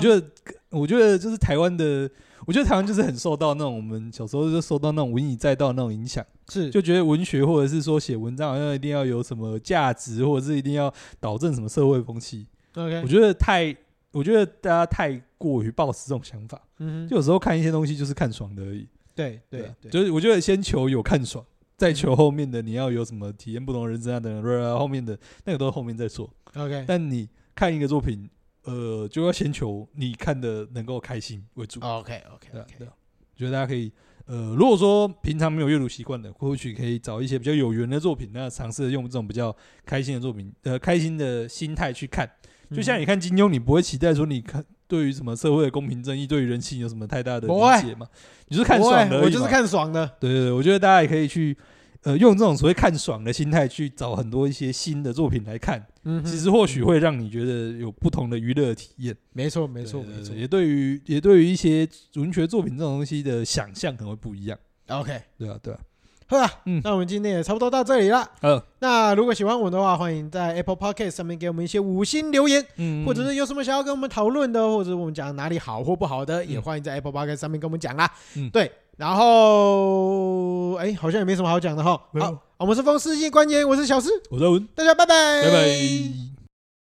得
觉得，我觉得就是台湾的，我觉得台湾就是很受到那种我们小时候就受到那种文以载道的那种影响，
是
就觉得文学或者是说写文章好像一定要有什么价值，或者是一定要导正什么社会风气。
OK，
我觉得太，我觉得大家太过于抱持这种想法，
嗯哼，
就有时候看一些东西就是看爽的而已。
对对
啊
对，嗯
就是我觉得先求有看爽，再求后面的你要有什么体验不同的人生啊等等，然后后面的那个都是后面再说。
OK，
但你看一个作品，呃，就要先求你看的能够开心为主。
OK OK
对
哦
啊
OK，
对啊，我觉得大家可以，呃，如果说平常没有阅读习惯的，或许可以找一些比较有缘的作品，那尝试用这种比较开心的作品，呃，开心的心态去看。
嗯
就像你看金庸，你不会期待说你看对于什么社会的公平正义、对于人性有什么太大的
不会
理解嘛？你就是看爽的而已嘛，
我就是看爽的，
对对对，我觉得大家也可以去，呃，用这种所谓看爽的心态去找很多一些新的作品来看，
嗯哼，
其实或许会让你觉得有不同的娱乐体验。
没错没
没
错没错
也对于也对于一些文学作品这种东西的想象可能会不一样。
，OK，
对啊，对啊，
好啦，
嗯
那我们今天也差不多到这里了。
呃，
那如果喜欢我们的话，欢迎在 Apple Podcast 上面给我们一些五星留言，
嗯
或者是有什么想要跟我们讨论的，或者我们讲哪里好或不好的，也欢迎在 Apple Podcast 上面跟我们讲啦。
嗯
对，然后哎，好像也没什么好讲的哈。
没有
好，我们是风湿性关节炎，我是小诗，
我在文，
大家拜拜，
拜拜。